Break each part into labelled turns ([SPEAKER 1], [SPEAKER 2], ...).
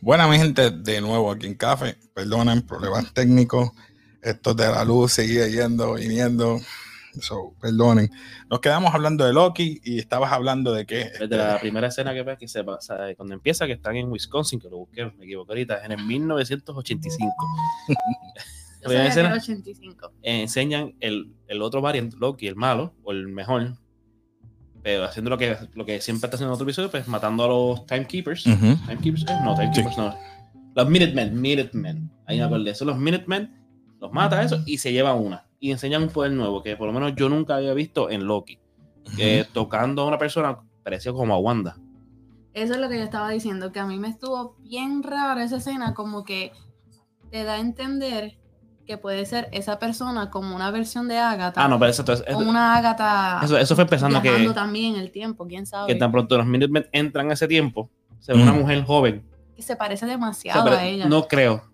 [SPEAKER 1] Buena mi gente, de nuevo aquí en Café. Perdonen, problemas técnicos. Esto de la luz seguía yendo, viniendo. So, perdonen. Nos quedamos hablando de Loki y estabas hablando de qué.
[SPEAKER 2] Desde la primera escena que ves que se pasa, eh, cuando empieza, que están en Wisconsin, que lo busqué, me equivoqué ahorita, es en el 1985. La
[SPEAKER 3] Yo soy
[SPEAKER 2] primera
[SPEAKER 3] del
[SPEAKER 2] escena,
[SPEAKER 3] 85.
[SPEAKER 2] eh, enseñan el, el otro variant, Loki, el malo, o el mejor, pero haciendo lo que, lo que siempre está haciendo en otro episodio, pues matando a los Timekeepers.
[SPEAKER 1] Ujú.
[SPEAKER 2] Timekeepers, eh, no, Timekeepers no. Los Minutemen, Minutemen. Ahí me acordé. Son los Minutemen, los mata eso y se lleva una. Y enseñan un poder nuevo que por lo menos yo nunca había visto en Loki. Que tocando a una persona parecía como a Wanda.
[SPEAKER 3] Eso es lo que yo estaba diciendo, que a mí me estuvo bien rara esa escena, como que te da a entender que puede ser esa persona como una versión de Agatha.
[SPEAKER 2] Ah, no, pero eso, entonces,
[SPEAKER 3] o
[SPEAKER 2] eso,
[SPEAKER 3] una Agatha
[SPEAKER 2] eso, eso fue pensando que,
[SPEAKER 3] viajando también el tiempo, quién sabe.
[SPEAKER 2] que
[SPEAKER 3] Que,
[SPEAKER 2] tan pronto los Minutemen entran a ese tiempo. Se ve una
[SPEAKER 1] Ujú.
[SPEAKER 2] mujer joven.
[SPEAKER 3] se parece
[SPEAKER 2] O sea,
[SPEAKER 3] demasiado
[SPEAKER 2] pero
[SPEAKER 3] a ella.
[SPEAKER 2] no creo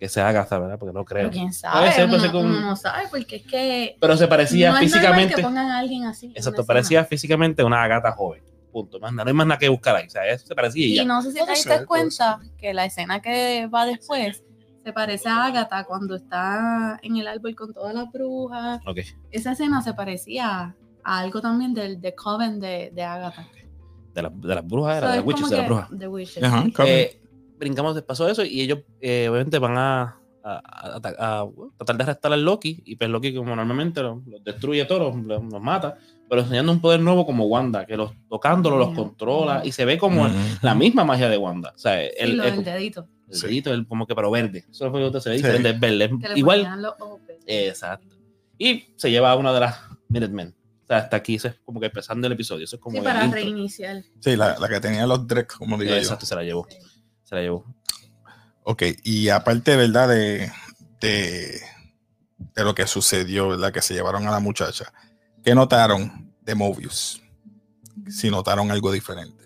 [SPEAKER 2] que sea Agatha, ¿verdad? Porque no creo.
[SPEAKER 3] pero quién sabe,
[SPEAKER 2] ser, puede
[SPEAKER 3] uno,
[SPEAKER 2] ser como-
[SPEAKER 3] uno no sabe, porque es que
[SPEAKER 2] Pero se parecía
[SPEAKER 3] no es normal
[SPEAKER 2] físicamente.
[SPEAKER 3] que pongan a alguien así. en una
[SPEAKER 2] Exacto,
[SPEAKER 3] escena.
[SPEAKER 2] parecía físicamente una gata joven. Punto. Más nada, no hay más nada que buscar ahí. O sea, eso se parecía y
[SPEAKER 3] Y
[SPEAKER 2] ya.
[SPEAKER 3] no sé pues. si te
[SPEAKER 1] Puede
[SPEAKER 3] diste
[SPEAKER 1] ser, puede
[SPEAKER 3] cuenta que la escena que va después se parece a Agatha cuando está en el árbol con todas las brujas.
[SPEAKER 2] Ok.
[SPEAKER 3] Esa escena se parecía a algo también del The Coven de, de Agatha.
[SPEAKER 2] De, las- de las brujas,
[SPEAKER 3] So,
[SPEAKER 2] Ah, era, de
[SPEAKER 3] es
[SPEAKER 2] las witches,
[SPEAKER 3] como
[SPEAKER 2] de las
[SPEAKER 3] que-
[SPEAKER 2] brujas.
[SPEAKER 3] The Witches.
[SPEAKER 1] Ajá,
[SPEAKER 3] sí.
[SPEAKER 1] ok.
[SPEAKER 2] Eh, brincamos, pasó eso y ellos eh, obviamente van a, a- a- a- a- bueno, tratar de arrestar al Loki. Y pues Loki, como normalmente, los, los destruye a todos, los, los- los mata. Pero enseñando un poder nuevo como Wanda, que los tocándolo los
[SPEAKER 3] Ujú.
[SPEAKER 2] controla y se ve como
[SPEAKER 1] Ujú.
[SPEAKER 2] la misma magia de Wanda. O sea, el,
[SPEAKER 3] Sí, lo
[SPEAKER 2] el-
[SPEAKER 3] del dedito.
[SPEAKER 2] el
[SPEAKER 1] Sí.
[SPEAKER 2] dedito, el como que pero verde. Eso fue lo que se ve
[SPEAKER 1] Sí.
[SPEAKER 2] diferente, es verde.
[SPEAKER 3] Que
[SPEAKER 2] Es
[SPEAKER 3] le
[SPEAKER 2] Igual
[SPEAKER 3] ponían los ojos verdes.
[SPEAKER 2] Exacto. Y se lleva a una de las Minutemen. O sea, hasta aquí eso es como que empezando el episodio. Eso es como
[SPEAKER 3] Sí,
[SPEAKER 2] el
[SPEAKER 3] para
[SPEAKER 2] intro.
[SPEAKER 3] reiniciar.
[SPEAKER 1] Sí, la, la que tenía los Drex, como digo yo.
[SPEAKER 2] Exacto, se la llevó. Se la llevó.
[SPEAKER 1] Ok, y aparte, ¿verdad? De, de, de lo que sucedió, ¿verdad? Que se llevaron a la muchacha. ¿Qué notaron de Mobius? Si notaron algo diferente.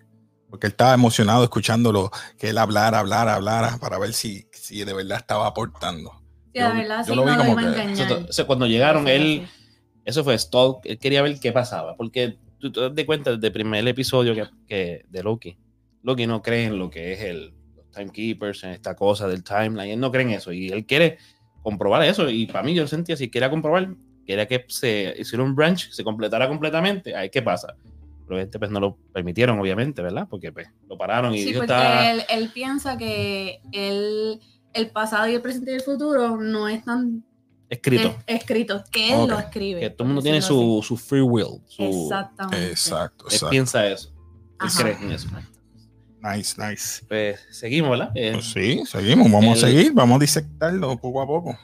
[SPEAKER 1] Porque él estaba emocionado escuchándolo, que él hablara, hablara, hablara, para ver si, si de verdad estaba aportando.
[SPEAKER 3] Sí, la
[SPEAKER 1] Yo-
[SPEAKER 3] verdad,
[SPEAKER 1] yo
[SPEAKER 3] sí,
[SPEAKER 1] lo vi
[SPEAKER 3] no lo
[SPEAKER 1] como
[SPEAKER 3] iba a
[SPEAKER 1] que-
[SPEAKER 3] engañar.
[SPEAKER 2] Exacto. O sea, cuando llegaron,
[SPEAKER 3] Sí,
[SPEAKER 2] él,
[SPEAKER 3] sí.
[SPEAKER 2] eso fue Stalk, él quería ver qué pasaba. Porque tú te das cuenta desde el primer episodio que, que- de Loki. Loki no cree en lo que es el los timekeepers, en esta cosa del timeline. Él no cree en eso. Y él quiere comprobar eso. Y para mí, yo sentía, si quería comprobar, quería que se hiciera un branch, se completara completamente. Ahí, ¿qué pasa? Probablemente pues, no lo permitieron, obviamente, ¿verdad? Porque pues, lo pararon y
[SPEAKER 3] Sí,
[SPEAKER 2] dijo,
[SPEAKER 3] porque
[SPEAKER 2] está...
[SPEAKER 3] él, él piensa que él, el pasado y el presente y el futuro no están
[SPEAKER 2] escrito.
[SPEAKER 3] es- escritos, que él
[SPEAKER 1] Ok.
[SPEAKER 3] lo escribe.
[SPEAKER 2] Que todo el mundo
[SPEAKER 3] por
[SPEAKER 2] tiene
[SPEAKER 3] decirlo
[SPEAKER 2] su, su free will.
[SPEAKER 3] así.
[SPEAKER 2] Su, Ah,
[SPEAKER 3] Exactamente.
[SPEAKER 1] Exacto,
[SPEAKER 2] Él
[SPEAKER 1] exacto.
[SPEAKER 2] piensa eso. Él
[SPEAKER 3] Ajá.
[SPEAKER 2] cree en eso.
[SPEAKER 1] Nice, nice.
[SPEAKER 2] Pues seguimos, ¿verdad? Eh,
[SPEAKER 1] Pues sí, seguimos, vamos a
[SPEAKER 2] el-
[SPEAKER 1] seguir, vamos a disectarlo poco a poco.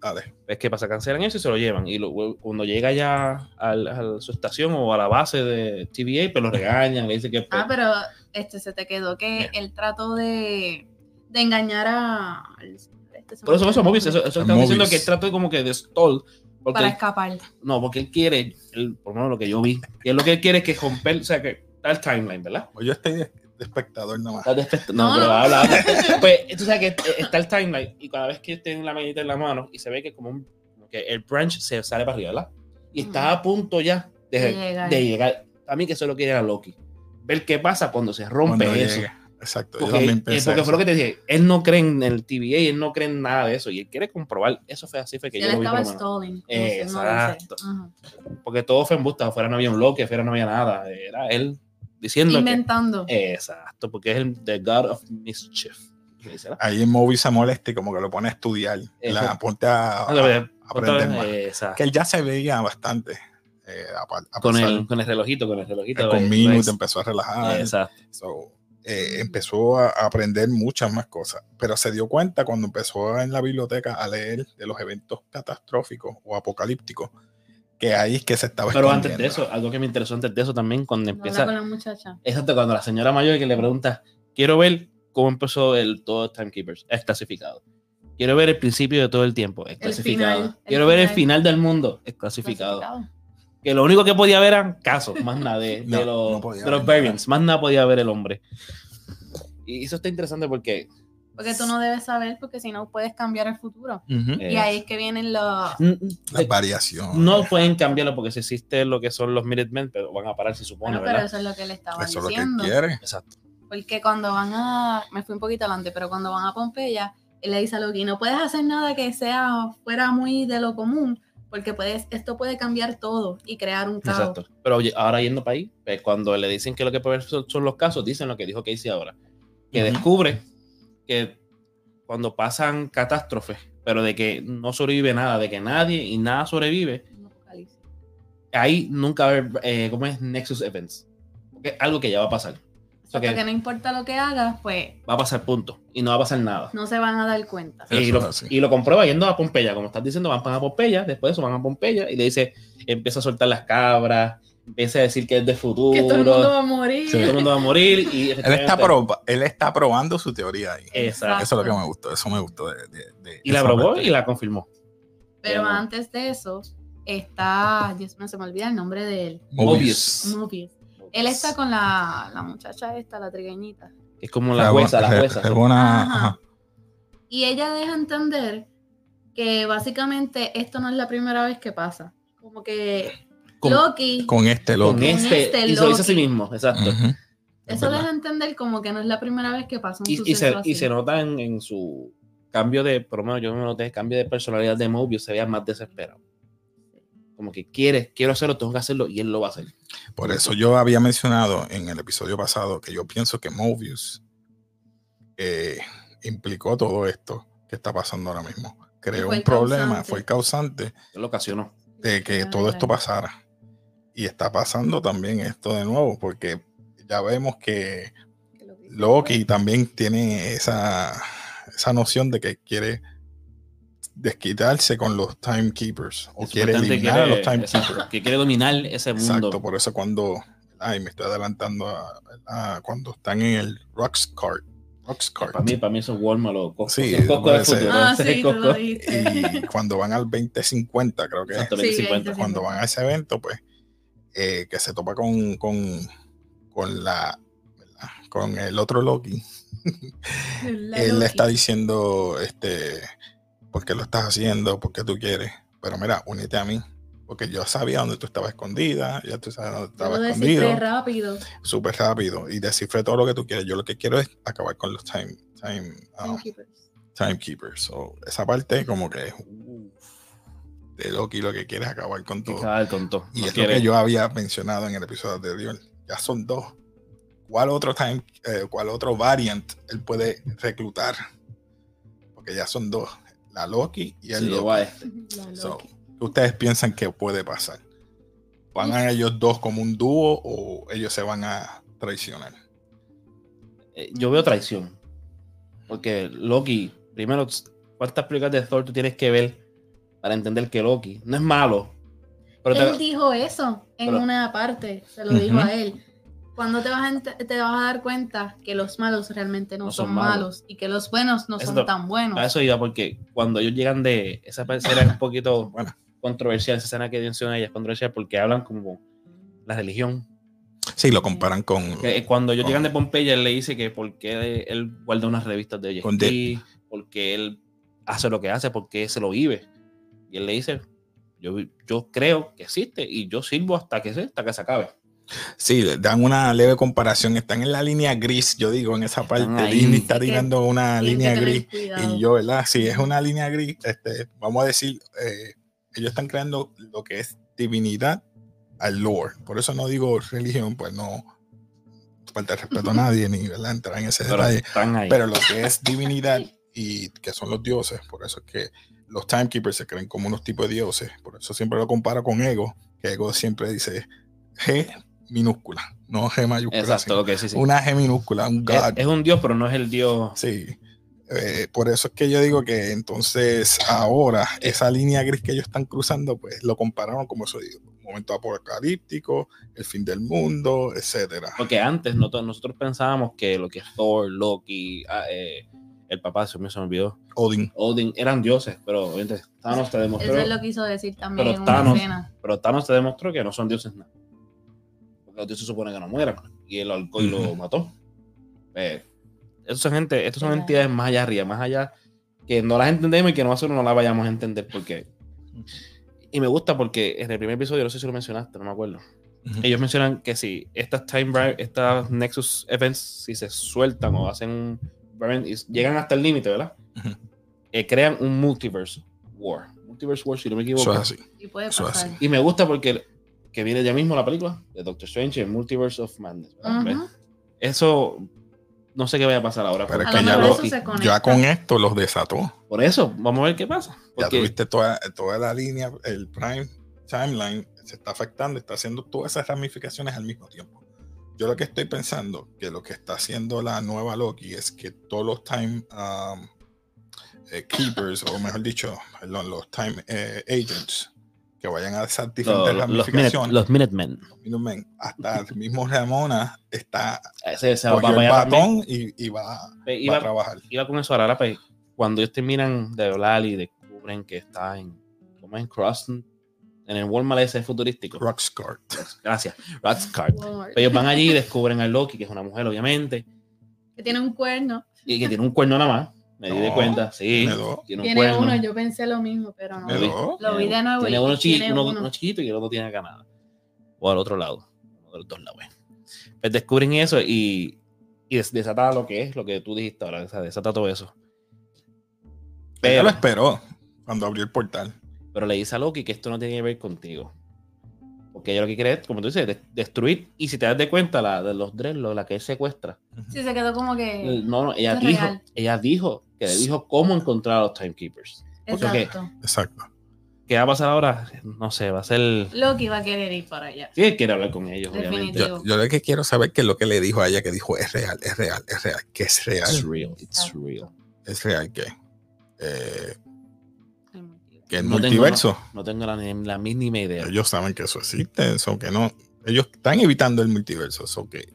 [SPEAKER 1] Dale.
[SPEAKER 2] Es que pasa, cancelan eso y se lo llevan. Y lo- cuando llega ya al- a su estación o a la base de TVA, pues lo regañan, le dicen que... pues,
[SPEAKER 3] Ah, pero este se te quedó que él trató de, de engañar a. al- este se
[SPEAKER 2] por eso,
[SPEAKER 3] me
[SPEAKER 2] eso,
[SPEAKER 3] olvidó
[SPEAKER 2] Mobius,
[SPEAKER 3] el
[SPEAKER 2] eso,
[SPEAKER 3] nombre,
[SPEAKER 2] eso
[SPEAKER 1] El
[SPEAKER 2] estamos diciendo
[SPEAKER 1] Mobius.
[SPEAKER 2] que él trató como que de stall. Porque
[SPEAKER 3] Para
[SPEAKER 2] él-
[SPEAKER 3] escapar.
[SPEAKER 2] no, porque él quiere, él, por lo menos lo que yo vi, que es lo que él quiere es que romper, o sea, que está el timeline, ¿verdad?
[SPEAKER 1] Pues Yo estoy de, de espectador nomás.
[SPEAKER 2] Está despest- No,
[SPEAKER 3] No,
[SPEAKER 2] pero
[SPEAKER 3] no.
[SPEAKER 2] habla, habla. Pues tú sabes que eh, está el timeline y cada vez que tiene la medita en la mano y se ve que como un- como que el branch se sale para arriba, ¿verdad? Y está a punto ya de,
[SPEAKER 3] De llegar.
[SPEAKER 2] de llegar. A mí que solo quiere a Loki. Ver qué pasa cuando se rompe
[SPEAKER 1] Cuando
[SPEAKER 2] eso.
[SPEAKER 1] llegue. Exacto, yo
[SPEAKER 2] Porque,
[SPEAKER 1] también
[SPEAKER 2] eh,
[SPEAKER 1] pensé
[SPEAKER 2] porque
[SPEAKER 1] eso.
[SPEAKER 2] fue lo que te dije. Él no cree en el TVA, él no cree en nada de eso. Y él quiere comprobar. Eso fue así, fue que
[SPEAKER 3] Él
[SPEAKER 2] yo lo vi. por
[SPEAKER 3] estaba
[SPEAKER 2] lo menos.
[SPEAKER 3] stalling. como si uno dice.
[SPEAKER 2] Exacto.
[SPEAKER 3] Ajá.
[SPEAKER 2] Porque todo fue en busca. Afuera no había un Loki, afuera no había nada. Era él diciendo que-
[SPEAKER 3] Inventando.
[SPEAKER 2] eh, Exacto, porque es el The God of Mischief. ¿Qué dice, ¿verdad?
[SPEAKER 1] ahí en Moby se molesta y como que lo pone a estudiar. La
[SPEAKER 2] Exacto.
[SPEAKER 1] ponte a,
[SPEAKER 2] Ah,
[SPEAKER 1] a-
[SPEAKER 2] pero-
[SPEAKER 1] aprender más.
[SPEAKER 2] Exacto.
[SPEAKER 1] Que él ya se veía bastante. eh, a pa- a
[SPEAKER 2] Con
[SPEAKER 1] pesar
[SPEAKER 2] el, con el relojito, con el relojito.
[SPEAKER 1] que
[SPEAKER 2] eh,
[SPEAKER 1] con
[SPEAKER 2] no
[SPEAKER 1] Minute
[SPEAKER 2] es-
[SPEAKER 1] empezó a relajar.
[SPEAKER 2] Exacto.
[SPEAKER 1] So, eh, empezó a a aprender muchas más cosas. Pero se dio cuenta cuando empezó a- en la biblioteca a leer de los eventos catastróficos o apocalípticos. Que ahí es que se estaba
[SPEAKER 2] Pero antes de
[SPEAKER 1] escondiendo.
[SPEAKER 2] eso, algo que me interesó antes de eso también, cuando
[SPEAKER 3] No habla con
[SPEAKER 2] empieza.
[SPEAKER 3] la muchacha.
[SPEAKER 2] Exacto, cuando la señora mayor que le pregunta, quiero ver cómo empezó el todo Timekeepers, es clasificado. Quiero ver el principio de todo el tiempo, es clasificado.
[SPEAKER 3] final, el
[SPEAKER 2] quiero ver el
[SPEAKER 3] final.
[SPEAKER 2] final del mundo, es clasificado. Que lo único que podía ver eran casos, más nada de, de
[SPEAKER 1] No,
[SPEAKER 2] los,
[SPEAKER 1] no podía
[SPEAKER 2] de los
[SPEAKER 1] ver nada.
[SPEAKER 2] variants, más nada podía ver el hombre. Y eso está interesante porque.
[SPEAKER 3] Porque tú no debes saber, porque si no puedes cambiar el futuro.
[SPEAKER 1] Ujú.
[SPEAKER 3] Y
[SPEAKER 2] eh,
[SPEAKER 3] ahí es que vienen los.
[SPEAKER 2] n-
[SPEAKER 1] Las
[SPEAKER 2] eh,
[SPEAKER 1] variaciones.
[SPEAKER 2] No pueden cambiarlo porque si existe lo que son los Minutemen, pero van a parar, se supone,
[SPEAKER 3] Bueno, pero
[SPEAKER 2] ¿verdad?
[SPEAKER 3] eso es lo que él estaba
[SPEAKER 1] eso es lo que él
[SPEAKER 3] diciendo.
[SPEAKER 1] quiere.
[SPEAKER 2] Exacto.
[SPEAKER 3] Porque cuando van a, me fui un poquito adelante, pero cuando van a Pompeya, él le dice a Loki, no puedes hacer nada que sea fuera muy de lo común, porque puedes, esto puede cambiar todo y crear un caos.
[SPEAKER 2] Exacto. Pero oye, ahora yendo para ahí, pues, cuando le dicen que lo que puede ver son, son los casos, dicen lo que dijo Casey ahora. Que
[SPEAKER 1] Ujú.
[SPEAKER 2] descubre que cuando pasan catástrofes, pero de que no sobrevive nada, de que nadie y nada sobrevive,
[SPEAKER 3] Un apocalipsis.
[SPEAKER 2] ahí nunca va a haber, eh, ¿cómo es? Nexus Events. Porque es algo que ya va a pasar.
[SPEAKER 3] Exacto,
[SPEAKER 2] que-
[SPEAKER 3] que no importa lo que hagas, pues
[SPEAKER 2] Va a pasar punto. Y no va a pasar nada.
[SPEAKER 3] no se van a dar cuenta.
[SPEAKER 1] Eso
[SPEAKER 2] Y lo,
[SPEAKER 1] es así.
[SPEAKER 2] y lo comprueba yendo a Pompeya, como estás diciendo, van para Pompeya, después de eso van a Pompeya y le dice, empieza a soltar las cabras, empieza a decir que es de futuro,
[SPEAKER 3] Que todo el mundo va a morir.
[SPEAKER 1] Sí.
[SPEAKER 2] va a morir. Y
[SPEAKER 1] Él está, proba- él está probando su teoría ahí.
[SPEAKER 2] Exacto.
[SPEAKER 1] Eso es lo que me gustó, eso me gustó. De, de- de-
[SPEAKER 2] Y la
[SPEAKER 1] esa
[SPEAKER 2] probó
[SPEAKER 1] parte.
[SPEAKER 2] y la confirmó.
[SPEAKER 3] Pero
[SPEAKER 2] Bueno.
[SPEAKER 3] antes de eso, está, Dios mío, se me olvida el nombre de él.
[SPEAKER 1] Mobius.
[SPEAKER 3] Mobius. Él está con la, la muchacha esta, la trigueñita.
[SPEAKER 2] Es como
[SPEAKER 1] Ah,
[SPEAKER 2] la jueza, la
[SPEAKER 1] re-
[SPEAKER 2] jueza.
[SPEAKER 1] re- una-
[SPEAKER 3] Ajá.
[SPEAKER 1] ajá.
[SPEAKER 3] Y ella deja entender que básicamente esto no es la primera vez que pasa. Como que
[SPEAKER 2] Con,
[SPEAKER 3] Loki,
[SPEAKER 1] Con este
[SPEAKER 2] con
[SPEAKER 1] loco.
[SPEAKER 2] este,
[SPEAKER 3] este
[SPEAKER 2] y se lo dice a sí
[SPEAKER 3] Loki.
[SPEAKER 2] mismo, exacto.
[SPEAKER 1] Ujú. Es
[SPEAKER 3] eso
[SPEAKER 1] verdad.
[SPEAKER 3] deja entender como que no es la primera vez que pasa un
[SPEAKER 2] y, y
[SPEAKER 3] suceso
[SPEAKER 2] se, y
[SPEAKER 3] así.
[SPEAKER 2] se nota en, en su cambio de, por lo menos yo me noté, el cambio de personalidad de Mobius, se veía más desesperado. Como que quiere, quiero hacerlo, tengo que hacerlo y él lo va a hacer.
[SPEAKER 1] Por eso yo había mencionado en el episodio pasado que yo pienso que Mobius eh, implicó todo esto que está pasando ahora mismo. Creó un
[SPEAKER 3] fue el
[SPEAKER 1] problema,
[SPEAKER 3] causante.
[SPEAKER 1] fue el causante
[SPEAKER 2] Él lo ocasionó.
[SPEAKER 1] de que
[SPEAKER 3] Ah,
[SPEAKER 1] todo esto
[SPEAKER 3] claro.
[SPEAKER 1] pasara. Y está pasando también esto de nuevo, porque ya vemos que
[SPEAKER 3] Que Loki- pues.
[SPEAKER 1] Loki también tiene esa, esa noción de que quiere desquitarse con los timekeepers o
[SPEAKER 2] Es
[SPEAKER 1] quiere
[SPEAKER 2] importante,
[SPEAKER 1] eliminar a los
[SPEAKER 2] quiere-
[SPEAKER 1] timekeepers.
[SPEAKER 2] exacto, que quiere dominar ese mundo.
[SPEAKER 1] Exacto, por eso cuando. Ay, me estoy adelantando a, a cuando están en el Rocks Cart. Rocks Cart.
[SPEAKER 2] Para mí, para mí eso es Walmart o Costco.
[SPEAKER 1] Sí,
[SPEAKER 2] Eso es Costco
[SPEAKER 1] puede
[SPEAKER 2] del
[SPEAKER 1] ser.
[SPEAKER 2] futuro,
[SPEAKER 3] Ah,
[SPEAKER 2] ese es
[SPEAKER 3] sí, tú lo
[SPEAKER 2] Costco.
[SPEAKER 3] dijiste.
[SPEAKER 1] Y cuando van al 2050, creo que es,
[SPEAKER 2] Exacto,
[SPEAKER 3] Sí,
[SPEAKER 2] 2050.
[SPEAKER 3] 20.
[SPEAKER 1] cuando van a ese evento, pues, eh, que se topa con, con, con la ¿verdad? con el otro Loki.
[SPEAKER 3] La
[SPEAKER 1] Él
[SPEAKER 3] Loki.
[SPEAKER 1] le está diciendo, este, ¿por qué lo estás haciendo? ¿Por qué tú quieres? Pero mira, únete a mí. Porque yo sabía dónde tú estabas escondida, ya tú sabes dónde
[SPEAKER 3] Yo
[SPEAKER 1] estaba
[SPEAKER 3] lo
[SPEAKER 1] escondido.
[SPEAKER 3] descifré rápido.
[SPEAKER 1] súper rápido y descifre todo lo que tú quieres. Yo lo que quiero es acabar con los time, time, um,
[SPEAKER 3] Timekeepers.
[SPEAKER 1] timekeepers. So, esa parte como que de Loki lo que quiere es acabar con
[SPEAKER 2] Que
[SPEAKER 1] todo.
[SPEAKER 2] cada el tonto.
[SPEAKER 1] Y
[SPEAKER 2] No
[SPEAKER 1] es
[SPEAKER 2] quiere-
[SPEAKER 1] lo que yo había mencionado en el episodio anterior. Ya son dos. ¿Cuál otro time, eh, cuál otro variant él puede reclutar? Porque ya son dos. La Loki y
[SPEAKER 2] se
[SPEAKER 1] el
[SPEAKER 2] llevó
[SPEAKER 1] Loki.
[SPEAKER 2] a este.
[SPEAKER 3] La Loki.
[SPEAKER 1] So, ¿qué ustedes piensan que puede pasar? ¿Van a ellos dos como un dúo o ellos se van a traicionar?
[SPEAKER 2] Eh, Yo veo traición. Porque Loki, primero, ¿cuántas películas de Thor tú tienes que ver para entender que Loki no es malo? Pero
[SPEAKER 3] él
[SPEAKER 2] te-
[SPEAKER 3] dijo eso en
[SPEAKER 2] pero-
[SPEAKER 3] una parte, se lo dijo
[SPEAKER 1] Ujú.
[SPEAKER 3] a él. Cuando te vas a, ent- te vas a dar cuenta que los malos realmente no,
[SPEAKER 2] No son
[SPEAKER 3] son
[SPEAKER 2] malos.
[SPEAKER 3] malos. y que los buenos no
[SPEAKER 2] Eso
[SPEAKER 3] son
[SPEAKER 2] no-
[SPEAKER 3] tan buenos.
[SPEAKER 2] a eso iba porque cuando ellos llegan de esa parcela es un poquito
[SPEAKER 1] Bueno.
[SPEAKER 2] controversial, esa escena que menciona ella es controversial porque hablan como la religión
[SPEAKER 1] Sí,
[SPEAKER 3] Mm.
[SPEAKER 1] lo comparan con,
[SPEAKER 2] Que, eh, cuando ellos
[SPEAKER 1] con-
[SPEAKER 2] llegan de Pompeya, él le dice que porque él guarda unas revistas de
[SPEAKER 1] Con
[SPEAKER 2] JST, porque él hace lo que hace, porque se lo vive. Y él le dice, yo, vi- yo creo que existe y yo sirvo hasta que, se- hasta que se acabe.
[SPEAKER 1] Sí, le dan una leve comparación. Están en la línea gris, yo digo, en esa parte.
[SPEAKER 2] ahí.
[SPEAKER 1] Disney está
[SPEAKER 3] Es que
[SPEAKER 1] tirando una
[SPEAKER 3] Tienes que
[SPEAKER 1] línea
[SPEAKER 3] tener
[SPEAKER 1] gris.
[SPEAKER 3] cuidado.
[SPEAKER 1] Y yo, ¿verdad? Si es una línea gris, este, vamos a decir, eh, ellos están creando lo que es divinidad al lore. Por eso no digo religión, pues no falta de respeto a nadie, ni ¿verdad? entrar en ese
[SPEAKER 2] Pero
[SPEAKER 1] detalle.
[SPEAKER 2] están ahí.
[SPEAKER 1] Pero lo que es divinidad y que son los dioses, por eso es que los timekeepers se creen como unos tipos de dioses, por eso siempre lo comparo con ego, que ego siempre dice G minúscula, no G mayúscula.
[SPEAKER 2] Exacto,
[SPEAKER 1] sino
[SPEAKER 2] lo que sí, sí.
[SPEAKER 1] Una G minúscula, un
[SPEAKER 2] Es,
[SPEAKER 1] God.
[SPEAKER 2] es un dios, pero no es el dios.
[SPEAKER 1] Sí. Eh, por eso es que yo digo que entonces ahora esa línea gris que ellos están cruzando, pues lo compararon como eso digo, un momento apocalíptico, el fin del mundo, etcétera.
[SPEAKER 2] Porque antes noto- nosotros pensábamos que lo que es Thor, Loki, ah, eh, el papá, se me, se me olvidó,
[SPEAKER 1] Odin.
[SPEAKER 2] Odin, eran dioses, pero obviamente Thanos te demostró.
[SPEAKER 3] Eso es lo que quiso decir también
[SPEAKER 2] pero
[SPEAKER 3] en una
[SPEAKER 2] Thanos-
[SPEAKER 3] escena.
[SPEAKER 2] Pero Thanos te demostró que no son dioses nada. Porque los dioses supone que no mueran. Y el alcohol lo
[SPEAKER 1] Ujú.
[SPEAKER 2] mató. Eh, estos son gente, estos son
[SPEAKER 3] Claro.
[SPEAKER 2] entidades más allá arriba, más allá que no las entendemos y que nosotros no las vayamos a entender porque. Y me gusta porque en el primer episodio, no sé si lo mencionaste, no me acuerdo.
[SPEAKER 1] Ujú.
[SPEAKER 2] Ellos mencionan que si estas Time Bribe, estas Nexus Events, si se sueltan o hacen un variant y llegan hasta el límite, ¿verdad?
[SPEAKER 1] Ujú.
[SPEAKER 2] Eh, crean un Multiverse War. Multiverse War, si no me equivoco.
[SPEAKER 1] Eso es así.
[SPEAKER 3] Y puede
[SPEAKER 1] Eso
[SPEAKER 3] pasar.
[SPEAKER 1] así.
[SPEAKER 2] Y me gusta porque que viene ya mismo la película de Doctor Strange, el Multiverse of Madness. ¿verdad?
[SPEAKER 3] Ujú.
[SPEAKER 2] ¿Ves? Eso no sé qué vaya a pasar ahora.
[SPEAKER 1] Pero es
[SPEAKER 3] A
[SPEAKER 2] porque
[SPEAKER 3] lo
[SPEAKER 1] que ya
[SPEAKER 3] mejor
[SPEAKER 1] lo-
[SPEAKER 3] eso se conecta.
[SPEAKER 1] Ya con esto los desató.
[SPEAKER 2] Por eso, vamos a ver qué pasa.
[SPEAKER 1] Ya
[SPEAKER 2] Porque-
[SPEAKER 1] tuviste toda, toda la línea, el prime timeline se está afectando, está haciendo todas esas ramificaciones al mismo tiempo. Yo lo que estoy pensando que lo que está haciendo la nueva Loki es que todos los time um, eh, keepers, o mejor dicho, perdón, los time eh, agents que vayan a esas
[SPEAKER 2] Lo-
[SPEAKER 1] diferentes
[SPEAKER 2] lo- los, minute,
[SPEAKER 1] ramificaciones,
[SPEAKER 2] los Minutemen.
[SPEAKER 1] Minutemen, hasta el mismo Ramona está
[SPEAKER 2] Ese, ese va
[SPEAKER 1] cogió
[SPEAKER 2] para
[SPEAKER 1] el
[SPEAKER 2] allá también.
[SPEAKER 1] batón y, y va,
[SPEAKER 2] Ve,
[SPEAKER 1] va
[SPEAKER 2] iba-
[SPEAKER 1] a trabajar.
[SPEAKER 2] iba con eso ahora, ahora, pues, cuando ellos terminan de hablar y descubren que está en, como en Cross, en el Walmart ese futurístico.
[SPEAKER 1] Rockscar.
[SPEAKER 2] Gracias, Ratscart.
[SPEAKER 3] Lord.
[SPEAKER 2] Ellos van allí y descubren a Loki, que es una mujer, obviamente,
[SPEAKER 3] Que tiene un cuerno.
[SPEAKER 2] y que tiene un cuerno nada más. Me di de
[SPEAKER 1] No,
[SPEAKER 2] cuenta, sí.
[SPEAKER 1] me do-
[SPEAKER 2] Tiene un
[SPEAKER 3] Tiene
[SPEAKER 2] cuerno.
[SPEAKER 3] uno, yo pensé lo mismo, pero no.
[SPEAKER 1] Me
[SPEAKER 2] vi.
[SPEAKER 1] do-
[SPEAKER 3] Lo vi de nuevo
[SPEAKER 2] Tiene
[SPEAKER 3] y
[SPEAKER 2] uno, chiqui-
[SPEAKER 3] tiene
[SPEAKER 2] uno-
[SPEAKER 3] uno.
[SPEAKER 2] uno chiquito y el otro tiene acá nada. O al otro lado. uno de los dos lados. Pues descubren eso y, y des- desata lo que es, lo que tú dijiste ahora. o sea, desata todo eso.
[SPEAKER 1] Ella Pues
[SPEAKER 2] Pero,
[SPEAKER 1] lo esperó cuando abrió el portal.
[SPEAKER 2] pero le dice a Loki que esto no tiene que ver contigo. Porque ella lo que quiere es, como tú dices, de- destruir. Y si te das de cuenta, la de los Dreadlocks, la que él secuestra.
[SPEAKER 3] Sí, se quedó como que.
[SPEAKER 2] No, no, ella
[SPEAKER 3] Esto es
[SPEAKER 2] dijo,
[SPEAKER 3] real.
[SPEAKER 2] ella dijo que le dijo cómo encontrar a los Timekeepers. ok.
[SPEAKER 3] Exacto.
[SPEAKER 1] Exacto.
[SPEAKER 2] ¿Qué va a pasar ahora? No sé, va a ser...
[SPEAKER 3] Loki va a querer ir para allá.
[SPEAKER 2] Sí, él quiere hablar con ellos, obviamente.
[SPEAKER 3] Definitivo.
[SPEAKER 1] Yo, yo lo que quiero saber que lo que le dijo a ella que dijo es real, es real, es real, que es
[SPEAKER 2] It's
[SPEAKER 1] real,
[SPEAKER 2] real, it's real.
[SPEAKER 1] es real que, eh, que el
[SPEAKER 2] No tengo-
[SPEAKER 1] multiverso,
[SPEAKER 2] No tengo la, ni- la mínima idea.
[SPEAKER 1] ellos saben que eso existe, eso que no, ellos están evitando el multiverso, eso que,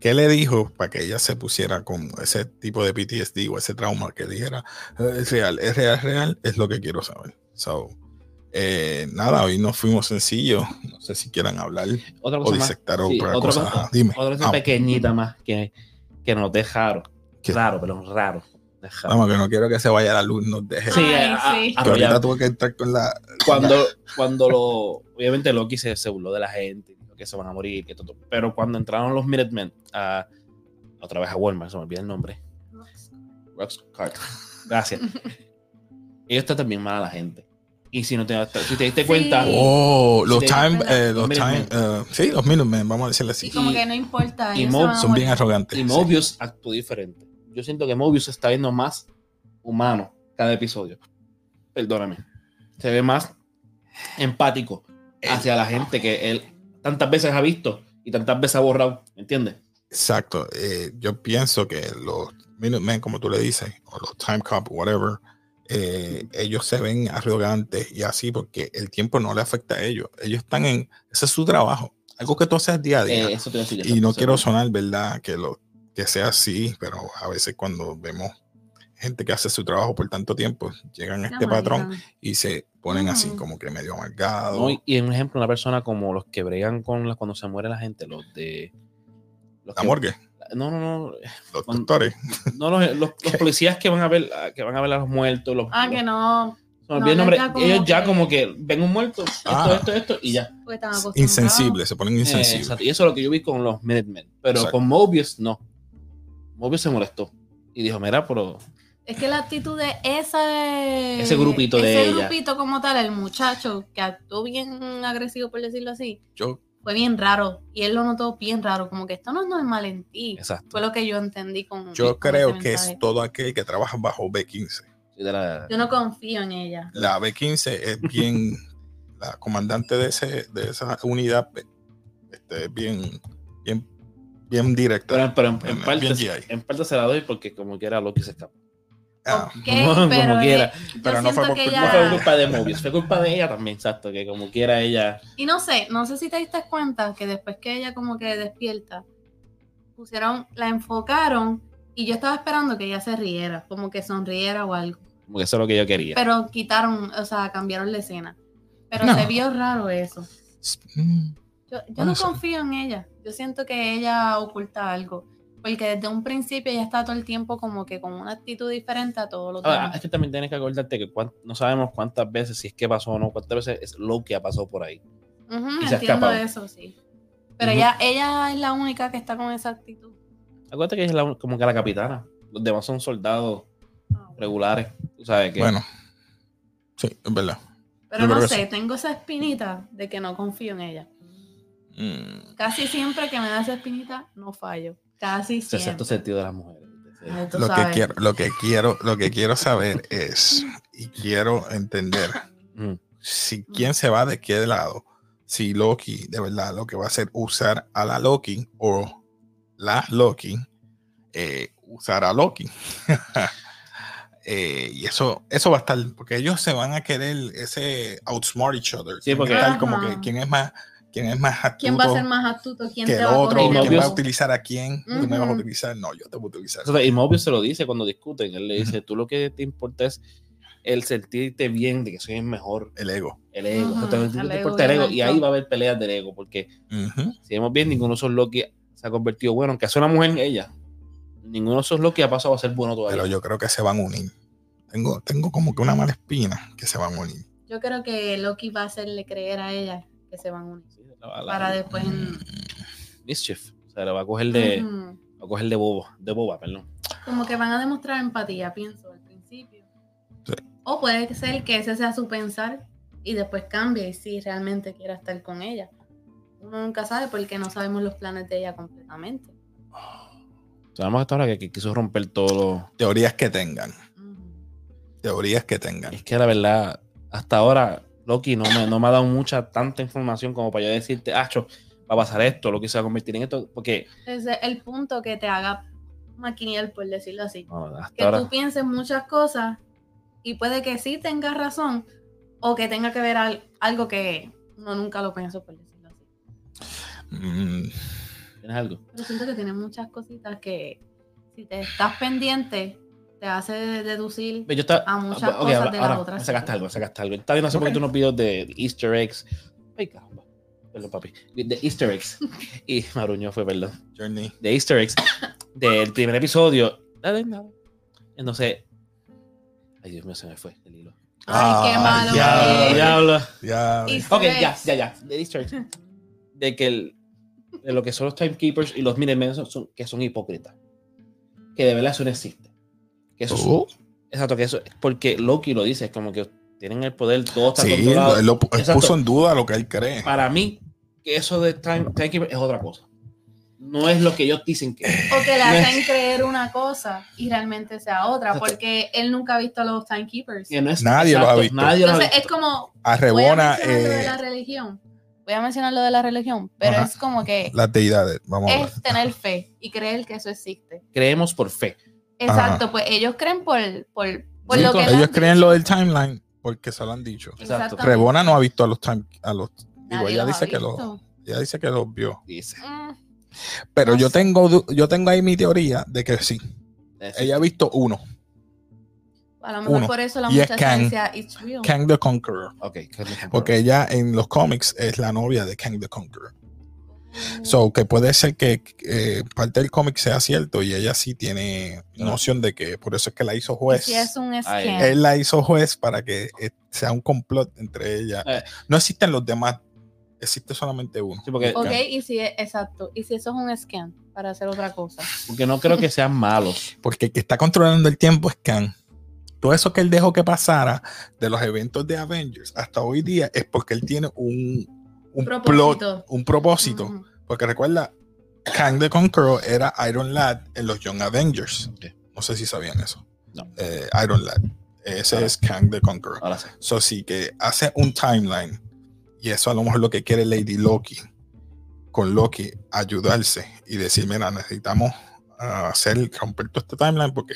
[SPEAKER 1] ¿qué le dijo para que ella se pusiera con ese tipo de PTSD o ese trauma que dijera, "Eh, es real, es real, es real, es lo que quiero saber. So, eh, nada, hoy nos fuimos sencillos, no sé si quieran hablar
[SPEAKER 2] Otra
[SPEAKER 1] o
[SPEAKER 2] cosa más.
[SPEAKER 1] disectar
[SPEAKER 2] sí,
[SPEAKER 1] otra
[SPEAKER 2] otra
[SPEAKER 1] cosa,
[SPEAKER 2] cosa-
[SPEAKER 1] Ajá, dime,
[SPEAKER 2] Otra cosa
[SPEAKER 1] Ah,
[SPEAKER 2] pequeñita más que, que nos dejaron.
[SPEAKER 1] ¿Qué?
[SPEAKER 2] Raro, pero raro. Dejaron.
[SPEAKER 1] vamos que no quiero que se vaya la luz, nos deje.
[SPEAKER 2] Sí,
[SPEAKER 3] Ay,
[SPEAKER 2] a-
[SPEAKER 3] sí.
[SPEAKER 2] a-
[SPEAKER 1] Pero
[SPEAKER 2] arrollado.
[SPEAKER 1] ahorita tuve que entrar con la.
[SPEAKER 2] cuando, cuando lo. Obviamente Loki se, se burló de la gente, dijo que se van a morir, que todo. Pero cuando entraron los Minutemen a. Otra vez a Walmart, se me olvida el nombre. Rockstar. Gracias. Ellos tratan bien mal a la gente. Y si no te, si te diste
[SPEAKER 3] Sí.
[SPEAKER 2] cuenta.
[SPEAKER 1] Oh, los
[SPEAKER 2] Sí,
[SPEAKER 1] time. eh,
[SPEAKER 2] los
[SPEAKER 1] los time eh, sí, los Minutemen, vamos a decirle
[SPEAKER 3] Y
[SPEAKER 1] así.
[SPEAKER 3] como que no importa.
[SPEAKER 2] y
[SPEAKER 3] ellos
[SPEAKER 2] Mob
[SPEAKER 3] se van a
[SPEAKER 1] Son bien
[SPEAKER 3] morir.
[SPEAKER 1] arrogantes.
[SPEAKER 2] Y
[SPEAKER 1] sí.
[SPEAKER 2] Mobius actuó diferente. Yo siento que Mobius se está viendo más humano cada episodio. Perdóname. Se ve más empático hacia la gente que él tantas veces ha visto y tantas veces ha borrado. ¿Me entiendes?
[SPEAKER 1] Exacto. eh, yo pienso que los Minutemen, como tú le dices, o los Time Cop, whatever, eh, ellos se ven arrogantes y así porque el tiempo no le afecta a ellos. Ellos están en. Ese es su trabajo. Algo que tú haces día a día.
[SPEAKER 2] Eh, eso te voy a decir.
[SPEAKER 1] y no
[SPEAKER 2] eso.
[SPEAKER 1] quiero sonar, ¿verdad? Que, lo, que sea así, pero a veces cuando vemos gente que hace su trabajo por tanto tiempo, llegan a
[SPEAKER 3] Se
[SPEAKER 1] este
[SPEAKER 3] morirán.
[SPEAKER 1] patrón y se ponen así,
[SPEAKER 3] Ujú.
[SPEAKER 1] como que medio amargado.
[SPEAKER 2] No, y- Y un ejemplo, una persona como los que bregan con las cuando se muere la gente, los de. Los
[SPEAKER 1] la
[SPEAKER 2] que-
[SPEAKER 1] morgue,
[SPEAKER 2] No, no, no.
[SPEAKER 1] los
[SPEAKER 2] Cuando-
[SPEAKER 1] doctores.
[SPEAKER 2] No, los, los- los policías que van a ver ah, que van a ver a los muertos, los,
[SPEAKER 3] Ah, que no.
[SPEAKER 2] Se me olvidó el
[SPEAKER 3] No,
[SPEAKER 2] nombre.
[SPEAKER 3] ya como
[SPEAKER 2] Ellos ya
[SPEAKER 3] que-
[SPEAKER 2] como que ven un muerto,
[SPEAKER 1] Ah.
[SPEAKER 2] esto, esto, esto, y ya.
[SPEAKER 3] Porque están acostumbrados.
[SPEAKER 1] Insensibles, se ponen
[SPEAKER 2] Eh,
[SPEAKER 1] insensibles.
[SPEAKER 2] exacto. y eso es lo que yo vi con los Minutemen. Pero
[SPEAKER 1] Exacto.
[SPEAKER 2] con Mobius, no. Mobius se molestó. Y dijo, mira, pero
[SPEAKER 3] Es que la actitud de ese,
[SPEAKER 2] Ese grupito de
[SPEAKER 3] ese
[SPEAKER 2] ella.
[SPEAKER 3] grupito como tal, el muchacho que actuó bien agresivo, por decirlo así,
[SPEAKER 1] Yo,
[SPEAKER 3] fue bien raro. Y él lo notó bien raro, como que esto no es normal en ti.
[SPEAKER 2] exacto.
[SPEAKER 3] Fue lo que yo entendí con.
[SPEAKER 1] yo
[SPEAKER 3] con
[SPEAKER 1] creo
[SPEAKER 3] ese
[SPEAKER 1] que
[SPEAKER 3] mensaje.
[SPEAKER 1] es todo aquel que trabaja bajo B15.
[SPEAKER 2] Y de la-
[SPEAKER 3] Yo no confío en ella.
[SPEAKER 1] La B15 es bien. la comandante de, ese, de esa unidad este, es bien, bien, bien directa.
[SPEAKER 2] Pero, pero en, en
[SPEAKER 1] Bien,
[SPEAKER 2] parte,
[SPEAKER 1] bien GI.
[SPEAKER 2] en parte se la doy porque como quiera Loki se escapó.
[SPEAKER 1] Ah,
[SPEAKER 3] Ok,
[SPEAKER 2] Como
[SPEAKER 3] pero eh,
[SPEAKER 2] quiera.
[SPEAKER 3] yo
[SPEAKER 1] Pero no fue
[SPEAKER 3] siento
[SPEAKER 1] por
[SPEAKER 3] que
[SPEAKER 1] culpa-
[SPEAKER 2] No
[SPEAKER 3] ella-
[SPEAKER 2] fue culpa de Mobius, fue culpa de ella también, exacto. Que como quiera ella.
[SPEAKER 3] Y no sé, no sé si te diste cuenta que después que ella como que despierta, pusieron, la enfocaron y yo estaba esperando que ella se riera, como que sonriera o algo.
[SPEAKER 2] Como que eso es lo que yo quería.
[SPEAKER 3] Pero quitaron, o sea, cambiaron la escena. Pero
[SPEAKER 1] No.
[SPEAKER 3] se vio raro eso.
[SPEAKER 1] mm,
[SPEAKER 3] Yo, yo
[SPEAKER 1] Bueno,
[SPEAKER 3] no
[SPEAKER 1] eso-
[SPEAKER 3] confío en ella. Yo siento que ella oculta algo. Porque desde un principio ella está todo el tiempo como que con una actitud diferente a todos los
[SPEAKER 2] Ahora, es
[SPEAKER 3] demás.
[SPEAKER 2] que también tienes que acordarte que cuán- no sabemos cuántas veces, si es que pasó o no, cuántas veces es Loki ha pasado por ahí.
[SPEAKER 3] Ujú,
[SPEAKER 2] y se ha
[SPEAKER 3] entiendo
[SPEAKER 2] escapado.
[SPEAKER 3] eso, sí. Pero
[SPEAKER 2] Ujú.
[SPEAKER 3] ella, ella es la única que está con esa actitud.
[SPEAKER 2] Acuérdate que es la- como que la capitana. Los demás son soldados
[SPEAKER 3] Ah, bueno.
[SPEAKER 2] regulares. Tú sabes que.
[SPEAKER 1] Bueno. Sí, es verdad.
[SPEAKER 3] Pero
[SPEAKER 1] yo
[SPEAKER 3] no
[SPEAKER 1] creo que
[SPEAKER 3] sé, tengo esa espinita de que no confío en ella.
[SPEAKER 1] Mm,
[SPEAKER 3] Casi siempre que me da esa espinita, no fallo. Casi
[SPEAKER 2] ese sexto
[SPEAKER 3] siempre.
[SPEAKER 2] sentido de las mujeres. Ese-
[SPEAKER 3] Ay, tú
[SPEAKER 1] Lo que,
[SPEAKER 3] sabes.
[SPEAKER 1] quiero, lo, que quiero, lo que quiero saber es, y quiero entender,
[SPEAKER 2] Mm.
[SPEAKER 1] si quién se va de qué lado. Si Loki, de verdad, lo que va a hacer usar a la Loki o la Loki, eh, usar a Loki. Eh, y eso, eso va a estar, porque ellos se van a querer ese outsmart each other.
[SPEAKER 2] Sí, porque-
[SPEAKER 1] Van a estar como
[SPEAKER 3] Ajá.
[SPEAKER 1] que quién es más, quién es más astuto
[SPEAKER 3] ¿Quién va a ser más astuto? ¿Quién
[SPEAKER 1] que
[SPEAKER 3] te
[SPEAKER 1] el
[SPEAKER 3] va a
[SPEAKER 1] otro,
[SPEAKER 3] coger?
[SPEAKER 2] el
[SPEAKER 1] quién va a
[SPEAKER 2] pelo?
[SPEAKER 1] utilizar a quién, tú me vas a
[SPEAKER 3] Ujú.
[SPEAKER 1] utilizar, no, yo te voy a utilizar.
[SPEAKER 2] Eso- Y Mobius se lo dice cuando discuten. Él le dice: Tú lo que te importa es el sentirte bien de que soy el mejor,
[SPEAKER 1] El ego.
[SPEAKER 2] el ego.
[SPEAKER 3] Ujú,
[SPEAKER 2] No te- no
[SPEAKER 3] el
[SPEAKER 2] te
[SPEAKER 3] ego
[SPEAKER 2] importa el
[SPEAKER 3] bien
[SPEAKER 2] ego. Y ahí
[SPEAKER 3] alto.
[SPEAKER 2] va a haber peleas del ego, porque
[SPEAKER 1] Ujú.
[SPEAKER 2] si vemos bien, ninguno de esos Loki se ha convertido bueno, aunque sea una mujer ella. Ninguno de esos Loki ha pasado a ser bueno todavía.
[SPEAKER 1] Pero yo creo que se van a unir. Tengo, tengo como que una mala espina que se van a unir.
[SPEAKER 3] Yo creo que Loki va a hacerle creer a ella que se van a unir.
[SPEAKER 2] Sí, la- la-
[SPEAKER 3] Para después. en-
[SPEAKER 2] Mischief. O sea, la va a coger de,
[SPEAKER 3] Ujú.
[SPEAKER 2] va a coger de boba, de boba, perdón.
[SPEAKER 3] Como que van a demostrar empatía, pienso, al principio.
[SPEAKER 1] Sí.
[SPEAKER 3] O puede ser que ese sea su pensar y después cambie y si realmente quiera estar con ella. Uno nunca sabe porque no sabemos los planes de ella completamente.
[SPEAKER 2] Sabemos hasta ahora que, que quiso romper todo
[SPEAKER 1] Teorías que tengan.
[SPEAKER 3] Ujú.
[SPEAKER 1] Teorías que
[SPEAKER 2] lo...
[SPEAKER 1] tengan.
[SPEAKER 2] Es que la verdad, hasta ahora, Loki no me, no me ha dado mucha tanta información como para yo decirte, Acho, va a pasar esto, Loki se va a convertir en esto. Porque
[SPEAKER 3] Ese es el punto que te haga maquinear, por decirlo así.
[SPEAKER 2] no, hasta
[SPEAKER 3] que
[SPEAKER 2] ahora.
[SPEAKER 3] tú pienses muchas cosas y puede que sí tengas razón o que tenga que ver al- algo que uno nunca lo pensó, por decirlo así.
[SPEAKER 1] Mm,
[SPEAKER 2] ¿Tienes algo?
[SPEAKER 3] Pero siento que tiene muchas cositas que si te estás pendiente te hace deducir.
[SPEAKER 2] Yo estaba, ah,
[SPEAKER 3] A muchas
[SPEAKER 2] ok,
[SPEAKER 3] cosas
[SPEAKER 2] ahora,
[SPEAKER 3] de las
[SPEAKER 2] ahora,
[SPEAKER 3] otras
[SPEAKER 2] me sacaste algo, me sacaste algo. Estaba viendo hace
[SPEAKER 1] Ok.
[SPEAKER 2] poquito unos videos de Easter eggs. Ay, caramba. Perdón, papi. De Easter eggs. y Maruño fue, perdón.
[SPEAKER 1] Journey.
[SPEAKER 2] de Easter eggs del primer episodio. Nada, nada. Entonces, ay Dios mío, se me fue el hilo.
[SPEAKER 3] Ay, qué
[SPEAKER 1] Ah,
[SPEAKER 3] malo.
[SPEAKER 1] ya,
[SPEAKER 3] que-
[SPEAKER 2] Diablo.
[SPEAKER 1] Ya.
[SPEAKER 3] Y-
[SPEAKER 2] Ok, ya, ya, ya. De Easter eggs. De que el, de lo que son los timekeepers y los middlemen son, son- que son hipócritas. Que de verdad eso no existe. Que eso es-
[SPEAKER 1] Oh,
[SPEAKER 2] exacto, que eso porque Loki lo dice, es como que tienen el poder, todo está
[SPEAKER 1] sí,
[SPEAKER 2] controlado.
[SPEAKER 1] lo, lo pu- él
[SPEAKER 2] Exacto.
[SPEAKER 1] puso en duda lo que él cree.
[SPEAKER 2] Para mí, que eso de time- timekeeper es otra cosa. No es lo que ellos dicen que es.
[SPEAKER 3] O que le
[SPEAKER 2] No es-
[SPEAKER 3] hacen creer una cosa y realmente sea otra,
[SPEAKER 2] Exacto.
[SPEAKER 3] porque él nunca ha visto a los timekeepers.
[SPEAKER 2] Que no es-
[SPEAKER 1] Nadie lo ha visto.
[SPEAKER 2] Nadie lo ha
[SPEAKER 3] Entonces es
[SPEAKER 2] visto.
[SPEAKER 3] como, voy a
[SPEAKER 1] Arrebona
[SPEAKER 3] mencionar lo de
[SPEAKER 1] eh,
[SPEAKER 3] la religión. Voy a mencionar lo de la religión, pero
[SPEAKER 1] Ajá.
[SPEAKER 3] es como que
[SPEAKER 1] las deidades. Vamos a hablar.
[SPEAKER 3] es tener fe y creer que eso existe.
[SPEAKER 2] Creemos por fe.
[SPEAKER 3] Exacto, pues ellos creen por, por, por
[SPEAKER 2] Sí,
[SPEAKER 3] lo que
[SPEAKER 2] con-
[SPEAKER 3] le han
[SPEAKER 1] Ellos creen
[SPEAKER 3] dicho.
[SPEAKER 1] lo del timeline porque se lo han dicho.
[SPEAKER 2] Exacto.
[SPEAKER 3] Exactamente.
[SPEAKER 1] Rebona no ha visto a los time, a los digo,
[SPEAKER 3] Nadie
[SPEAKER 1] ella
[SPEAKER 3] los ha
[SPEAKER 1] dice que los-
[SPEAKER 3] visto.
[SPEAKER 1] ella dice que los vio.
[SPEAKER 2] Dice.
[SPEAKER 3] Mm,
[SPEAKER 1] Pero
[SPEAKER 3] No
[SPEAKER 1] yo
[SPEAKER 3] sé.
[SPEAKER 1] tengo du- yo tengo ahí mi teoría de que sí. Ella ha visto uno.
[SPEAKER 3] A lo mejor
[SPEAKER 1] Uno.
[SPEAKER 3] por eso la
[SPEAKER 1] Y es
[SPEAKER 3] muchacha
[SPEAKER 1] Kang.
[SPEAKER 3] decía, it's real.
[SPEAKER 1] Kang the Conqueror.
[SPEAKER 2] Ok,
[SPEAKER 1] Porque ella en los cómics es la novia de Kang the Conqueror.
[SPEAKER 3] Mm.
[SPEAKER 1] So, que puede ser que eh, parte del cómic sea cierto y ella sí tiene
[SPEAKER 2] Claro.
[SPEAKER 1] noción de que por eso es que la hizo
[SPEAKER 3] Y
[SPEAKER 1] juez.
[SPEAKER 3] si es un
[SPEAKER 2] Ay,
[SPEAKER 3] scam.
[SPEAKER 1] Él la hizo juez para que eh, sea un complot entre ella.
[SPEAKER 2] Eh.
[SPEAKER 1] No existen los demás, existe solamente uno.
[SPEAKER 2] Sí, porque-
[SPEAKER 3] Ok, y si es, exacto. Y si eso es un scam para hacer otra cosa.
[SPEAKER 2] Porque no creo que sean malos.
[SPEAKER 1] Porque el que está controlando el tiempo es Khan. Todo eso que él dejó que pasara de los eventos de Avengers hasta hoy día es porque él tiene un, un plot,
[SPEAKER 3] Propósito.
[SPEAKER 1] un propósito.
[SPEAKER 3] Ujú.
[SPEAKER 1] Porque recuerda, Kang the Conqueror era Iron Lad en los Young Avengers.
[SPEAKER 2] Ok.
[SPEAKER 1] No sé si sabían eso.
[SPEAKER 2] No.
[SPEAKER 1] Eh, Iron Lad. Ese es Kang the Conqueror.
[SPEAKER 2] Ahora sí.
[SPEAKER 1] So, sí, que hace un timeline. Y eso a lo mejor lo que quiere Lady Loki. Con Loki, ayudarse y decir: Mira, necesitamos ah, hacer, romper todo este timeline porque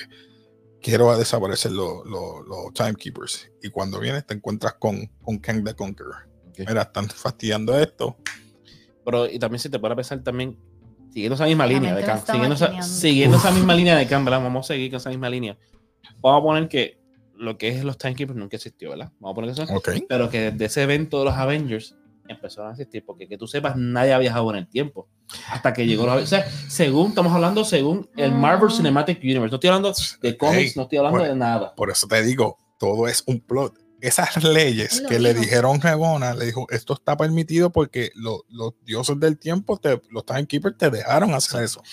[SPEAKER 1] quiero desaparecer lo- lo- los timekeepers. Y cuando vienes, te encuentras con, con Kang the Conqueror.
[SPEAKER 2] Ok.
[SPEAKER 1] Mira, están fastidiando esto.
[SPEAKER 2] Pero y también si te pones a pensar también, siguiendo esa misma
[SPEAKER 3] La
[SPEAKER 2] línea de
[SPEAKER 3] mente
[SPEAKER 2] Khan,
[SPEAKER 3] me está
[SPEAKER 2] siguiendo, esa,
[SPEAKER 3] maquineando.
[SPEAKER 2] siguiendo esa misma línea de Khan, ¿verdad? Vamos a seguir con esa misma línea. Vamos a poner que lo que es los timekeepers nunca existió, ¿verdad? Vamos a poner que eso.
[SPEAKER 1] Ok.
[SPEAKER 2] Pero que desde ese evento de los Avengers empezaron a existir, porque que tú sepas, nadie ha viajado en el tiempo. Hasta que llegó los Avengers. O sea, según, estamos hablando según el Marvel
[SPEAKER 3] Mm.
[SPEAKER 2] Cinematic Universe. No estoy hablando de cómics,
[SPEAKER 1] Ey,
[SPEAKER 2] no estoy hablando
[SPEAKER 1] bueno.
[SPEAKER 2] de nada.
[SPEAKER 1] Por eso te digo, todo es un plot. esas leyes
[SPEAKER 3] Él lo
[SPEAKER 1] que le
[SPEAKER 3] dijo.
[SPEAKER 1] dijeron Rebona, le dijo, esto está permitido porque lo- los dioses del tiempo, te, los timekeepers te dejaron hacer eso.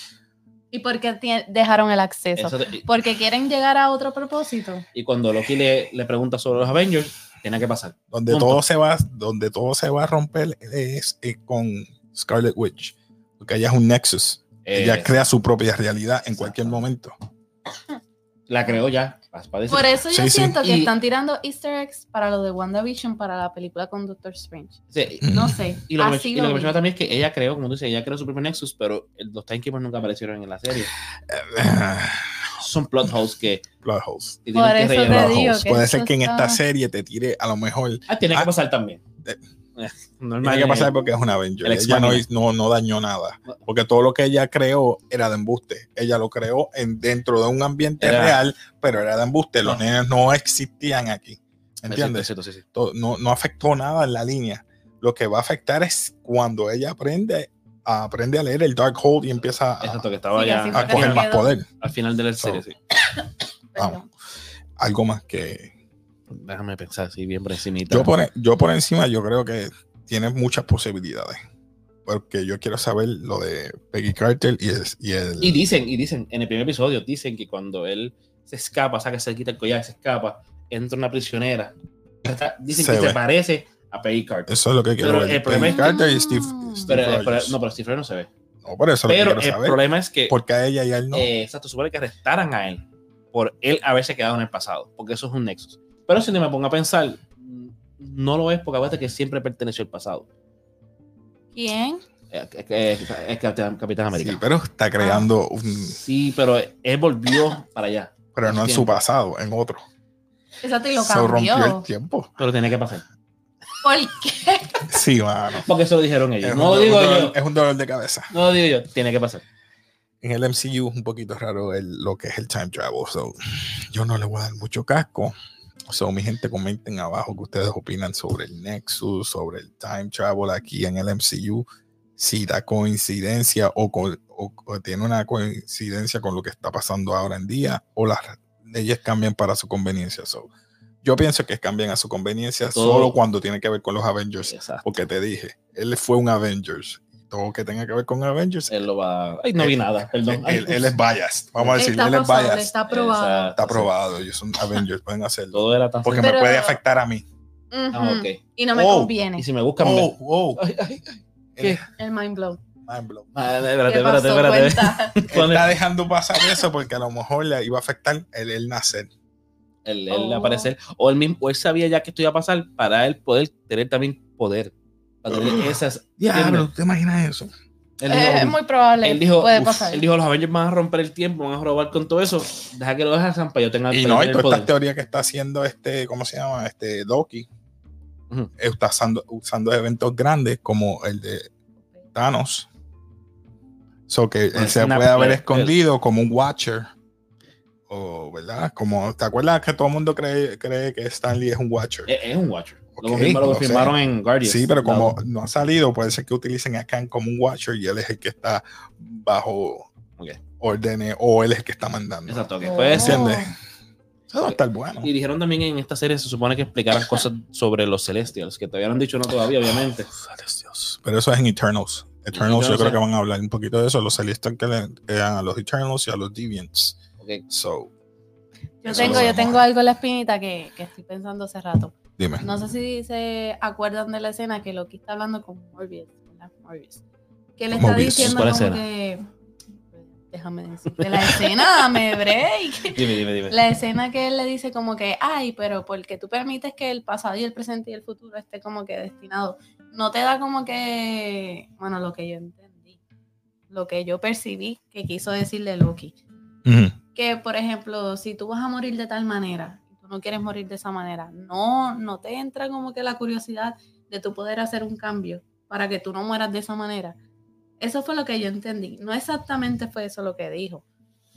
[SPEAKER 3] ¿Y por qué tie- dejaron el acceso?
[SPEAKER 2] Eso te-
[SPEAKER 3] Porque quieren llegar a otro propósito.
[SPEAKER 2] y cuando Loki le, le pregunta sobre los Avengers, tiene que pasar.
[SPEAKER 1] Donde
[SPEAKER 2] Punto.
[SPEAKER 1] todo se va, donde todo se va a romper es eh, con Scarlet Witch. Porque ella es un nexus.
[SPEAKER 2] Eh,
[SPEAKER 1] ella crea su propia realidad en cualquier
[SPEAKER 2] Exacto.
[SPEAKER 1] momento.
[SPEAKER 2] la creo ya. vas pa' decir.
[SPEAKER 3] Por eso yo
[SPEAKER 1] Sí, sí.
[SPEAKER 3] siento que
[SPEAKER 2] Y-
[SPEAKER 3] están tirando easter eggs para lo de WandaVision, para la película con Doctor Strange.
[SPEAKER 2] Sí,
[SPEAKER 3] No sé.
[SPEAKER 2] Mm. Y lo, que
[SPEAKER 3] así
[SPEAKER 2] men- y lo que
[SPEAKER 3] lo vi.
[SPEAKER 2] menciona también es que ella creó, como tú dices, ella creó su primer Nexus, pero el- los Timekeepers nunca aparecieron en la serie. Son plot holes que
[SPEAKER 1] Plot holes.
[SPEAKER 2] que
[SPEAKER 3] Por
[SPEAKER 2] tienen que
[SPEAKER 3] eso
[SPEAKER 2] rellenar.
[SPEAKER 1] Plot
[SPEAKER 3] digo
[SPEAKER 1] holes.
[SPEAKER 3] que
[SPEAKER 1] Puede
[SPEAKER 3] eso
[SPEAKER 1] ser que en
[SPEAKER 3] está-
[SPEAKER 1] esta serie te tire a lo mejor.
[SPEAKER 2] Ah, tiene que
[SPEAKER 1] Ah.
[SPEAKER 2] pasar también.
[SPEAKER 1] Eh.
[SPEAKER 2] Normal.
[SPEAKER 1] Tiene que pasar
[SPEAKER 2] eh,
[SPEAKER 1] porque es una Avenger.
[SPEAKER 2] El
[SPEAKER 1] Ella no,
[SPEAKER 2] Ex-Machina.
[SPEAKER 1] hizo- no, no dañó nada. Porque todo lo que ella creó era de embuste. Ella lo creó en, dentro de un ambiente
[SPEAKER 2] Era-
[SPEAKER 1] real, pero era de embuste. Los
[SPEAKER 2] Ajá.
[SPEAKER 1] nenes no existían aquí. ¿Entiendes?
[SPEAKER 2] Exacto, exacto, sí, sí.
[SPEAKER 1] To- No, no afectó nada en la línea. Lo que va a afectar es cuando ella aprende, aprende a leer el Dark Hold y empieza a,
[SPEAKER 2] Exacto, que estaba
[SPEAKER 3] Sí,
[SPEAKER 2] ya
[SPEAKER 3] así fue
[SPEAKER 1] a
[SPEAKER 3] que
[SPEAKER 1] coger
[SPEAKER 3] se
[SPEAKER 1] más
[SPEAKER 3] quedó.
[SPEAKER 1] poder.
[SPEAKER 2] al final de la serie. sí.
[SPEAKER 3] Perdón.
[SPEAKER 1] Algo más que
[SPEAKER 2] Déjame pensar así bien por encimita.
[SPEAKER 1] Yo por, yo por encima, yo creo que tiene muchas posibilidades. Porque yo quiero saber lo de Peggy Carter y el. Y el-
[SPEAKER 2] Y dicen, y dicen, en el primer episodio, dicen que cuando él se escapa, o sea, que se quita el collar, se escapa, entra una prisionera. Está- Dicen
[SPEAKER 1] Se
[SPEAKER 2] que
[SPEAKER 1] ve.
[SPEAKER 2] se parece a Peggy Carter.
[SPEAKER 1] eso es lo que quiero
[SPEAKER 2] Pero
[SPEAKER 1] ver.
[SPEAKER 2] el
[SPEAKER 1] Peggy
[SPEAKER 2] problema-
[SPEAKER 1] Carter y Steve.
[SPEAKER 3] Mm.
[SPEAKER 1] Steve
[SPEAKER 2] Pero, eh, pero-
[SPEAKER 1] Rogers.
[SPEAKER 2] no, pero Steve Rogers no se ve.
[SPEAKER 1] No, por eso lo
[SPEAKER 2] Pero
[SPEAKER 1] que
[SPEAKER 2] el
[SPEAKER 1] quiero saber.
[SPEAKER 2] problema es que,
[SPEAKER 1] Porque a ella y a él no.
[SPEAKER 2] eh, exacto, supone que arrestaran a él por él haberse quedado en el pasado, porque eso es un nexus. Pero si no me pongo a pensar, no lo es porque aparte que siempre perteneció al pasado.
[SPEAKER 3] ¿Quién?
[SPEAKER 2] Eh, eh, eh, es Capitán, Capitán América.
[SPEAKER 1] sí, pero está creando
[SPEAKER 2] Ah.
[SPEAKER 1] un.
[SPEAKER 2] Sí, pero él volvió para allá.
[SPEAKER 1] Pero no en su
[SPEAKER 2] Tiempo.
[SPEAKER 1] pasado, en otro.
[SPEAKER 3] Exacto, y lo
[SPEAKER 1] Se rompió el
[SPEAKER 3] cambió.
[SPEAKER 1] tiempo.
[SPEAKER 2] Pero tenía que pasar.
[SPEAKER 3] ¿Por qué?
[SPEAKER 1] Sí, mano.
[SPEAKER 2] Porque eso lo dijeron ellos.
[SPEAKER 1] Es
[SPEAKER 2] No lo
[SPEAKER 1] un-
[SPEAKER 2] digo
[SPEAKER 1] un
[SPEAKER 2] yo.
[SPEAKER 1] dolor- es un dolor de cabeza.
[SPEAKER 2] No lo digo yo. Tiene que pasar.
[SPEAKER 1] en el MCU es un poquito raro el- lo que es el time travel. So, yo no le voy a dar mucho casco. So, mi gente, comenten abajo que ustedes opinan sobre el Nexus, sobre el time travel aquí en el MCU. Si da coincidencia o, co- o- o tiene una coincidencia con lo que está pasando ahora en día, o las leyes cambian para su conveniencia. So, yo pienso que cambian a su conveniencia
[SPEAKER 2] Todo-
[SPEAKER 1] solo cuando tiene que ver con los Avengers.
[SPEAKER 2] Exacto.
[SPEAKER 1] Porque te dije, él fue un Avengers. Todo lo que tenga que ver con Avengers
[SPEAKER 2] Él lo va. Ay, no vi nada. Eh, Perdón.
[SPEAKER 1] él,
[SPEAKER 2] Ay,
[SPEAKER 1] él- él es biased. Vamos a decir,
[SPEAKER 3] Está
[SPEAKER 1] él es
[SPEAKER 3] pasable,
[SPEAKER 1] biased.
[SPEAKER 3] está aprobado.
[SPEAKER 2] Exacto,
[SPEAKER 1] Está aprobado. Ellos son Avengers, pueden
[SPEAKER 2] sí.
[SPEAKER 1] hacerlo.
[SPEAKER 2] Todo era tan
[SPEAKER 1] Porque
[SPEAKER 2] sencillo.
[SPEAKER 1] me
[SPEAKER 3] Pero-
[SPEAKER 1] puede afectar a mí.
[SPEAKER 3] Ujú.
[SPEAKER 2] Ah, ok.
[SPEAKER 3] Y no me
[SPEAKER 1] Oh,
[SPEAKER 2] Y
[SPEAKER 3] conviene.
[SPEAKER 2] si me buscan.
[SPEAKER 1] Oh,
[SPEAKER 2] me-
[SPEAKER 1] wow.
[SPEAKER 2] Ay, ay, ay. ¿Qué?
[SPEAKER 3] El mind blow.
[SPEAKER 1] Mind blow.
[SPEAKER 2] Ah,
[SPEAKER 3] ¿Qué
[SPEAKER 2] Espérate,
[SPEAKER 3] pasó?
[SPEAKER 2] espérate, espérate.
[SPEAKER 3] Cuenta.
[SPEAKER 1] Él está dejando pasar eso porque a lo mejor le iba a afectar el, el nacer.
[SPEAKER 2] El, el
[SPEAKER 3] Oh.
[SPEAKER 2] aparecer. O él, mismo, o él sabía ya que esto iba a pasar para él poder tener también poder. Para tener esas. ¿entiendes?
[SPEAKER 1] ¿te imaginas eso?
[SPEAKER 2] Él dijo,
[SPEAKER 3] Eh, Es muy probable.
[SPEAKER 2] él dijo,
[SPEAKER 3] puede
[SPEAKER 2] uf,
[SPEAKER 3] pasar.
[SPEAKER 2] él dijo, los Avengers van a romper el tiempo, van a robar con todo eso. Deja que lo dejes para que yo tenga
[SPEAKER 1] Y
[SPEAKER 2] para
[SPEAKER 1] no,
[SPEAKER 2] yo
[SPEAKER 1] y
[SPEAKER 2] tener
[SPEAKER 1] toda
[SPEAKER 2] Ah, poder.
[SPEAKER 1] esta teoría que está haciendo este, ¿cómo se llama? Este Doki.
[SPEAKER 2] Ujú.
[SPEAKER 1] Está usando, usando eventos grandes como el de Thanos. So que
[SPEAKER 2] Bueno,
[SPEAKER 1] él se
[SPEAKER 2] snap,
[SPEAKER 1] puede haber
[SPEAKER 2] el-
[SPEAKER 1] escondido como un Watcher. O, ¿verdad? Como, ¿te acuerdas que todo el mundo cree, cree que Stanley es un Watcher?
[SPEAKER 2] Es, es un Watcher.
[SPEAKER 1] Ok,
[SPEAKER 2] lo confirmaron, lo
[SPEAKER 1] no sé.
[SPEAKER 2] confirmaron en Guardians.
[SPEAKER 1] Sí, pero como
[SPEAKER 2] Claro.
[SPEAKER 1] no ha salido, puede ser que utilicen a Khan como un Watcher y él es el que está bajo
[SPEAKER 2] Ok.
[SPEAKER 1] órdenes o él es el que está mandando.
[SPEAKER 2] Exacto, que
[SPEAKER 3] No.
[SPEAKER 2] puede ser.
[SPEAKER 1] ¿Entiendes? Eso va a estar bueno.
[SPEAKER 2] Y dijeron también en esta serie, se supone que explicaran cosas sobre los Celestials, que todavía no han dicho no todavía,
[SPEAKER 3] Este,
[SPEAKER 2] obviamente.
[SPEAKER 1] Pero eso es en Eternals. Eternals, yo
[SPEAKER 2] Eternals,
[SPEAKER 1] creo
[SPEAKER 2] ¿eh?
[SPEAKER 1] que van a hablar un poquito de eso. Los celestials que le quedan a los Eternals y a los Deviants.
[SPEAKER 2] Ok,
[SPEAKER 1] So,
[SPEAKER 3] Yo
[SPEAKER 1] Eso lo
[SPEAKER 3] tengo, yo
[SPEAKER 1] vamos a
[SPEAKER 3] tengo
[SPEAKER 1] ver.
[SPEAKER 3] algo en la espinita que, que estoy pensando hace rato.
[SPEAKER 1] dime.
[SPEAKER 3] No sé si se acuerdan de la escena que Loki está hablando con Morbius. ¿verdad? Morbius. Que le está
[SPEAKER 1] Morbius.
[SPEAKER 3] diciendo
[SPEAKER 2] ¿Cuál
[SPEAKER 3] como
[SPEAKER 2] escena?
[SPEAKER 3] que. Déjame decirte la escena, me break.
[SPEAKER 2] Dime, dime, dime.
[SPEAKER 3] La escena que él le dice como que, ay, pero porque tú permites que el pasado y el presente y el futuro esté como que destinado. No te da como que, bueno, lo que yo entendí, lo que yo percibí que quiso decirle Loki
[SPEAKER 1] Ujú.
[SPEAKER 3] que, por ejemplo, si tú vas a morir de tal manera, tú no quieres morir de esa manera, no, no te entra como que la curiosidad de tu poder hacer un cambio para que tú no mueras de esa manera. Eso fue lo que yo entendí. No exactamente fue eso lo que dijo.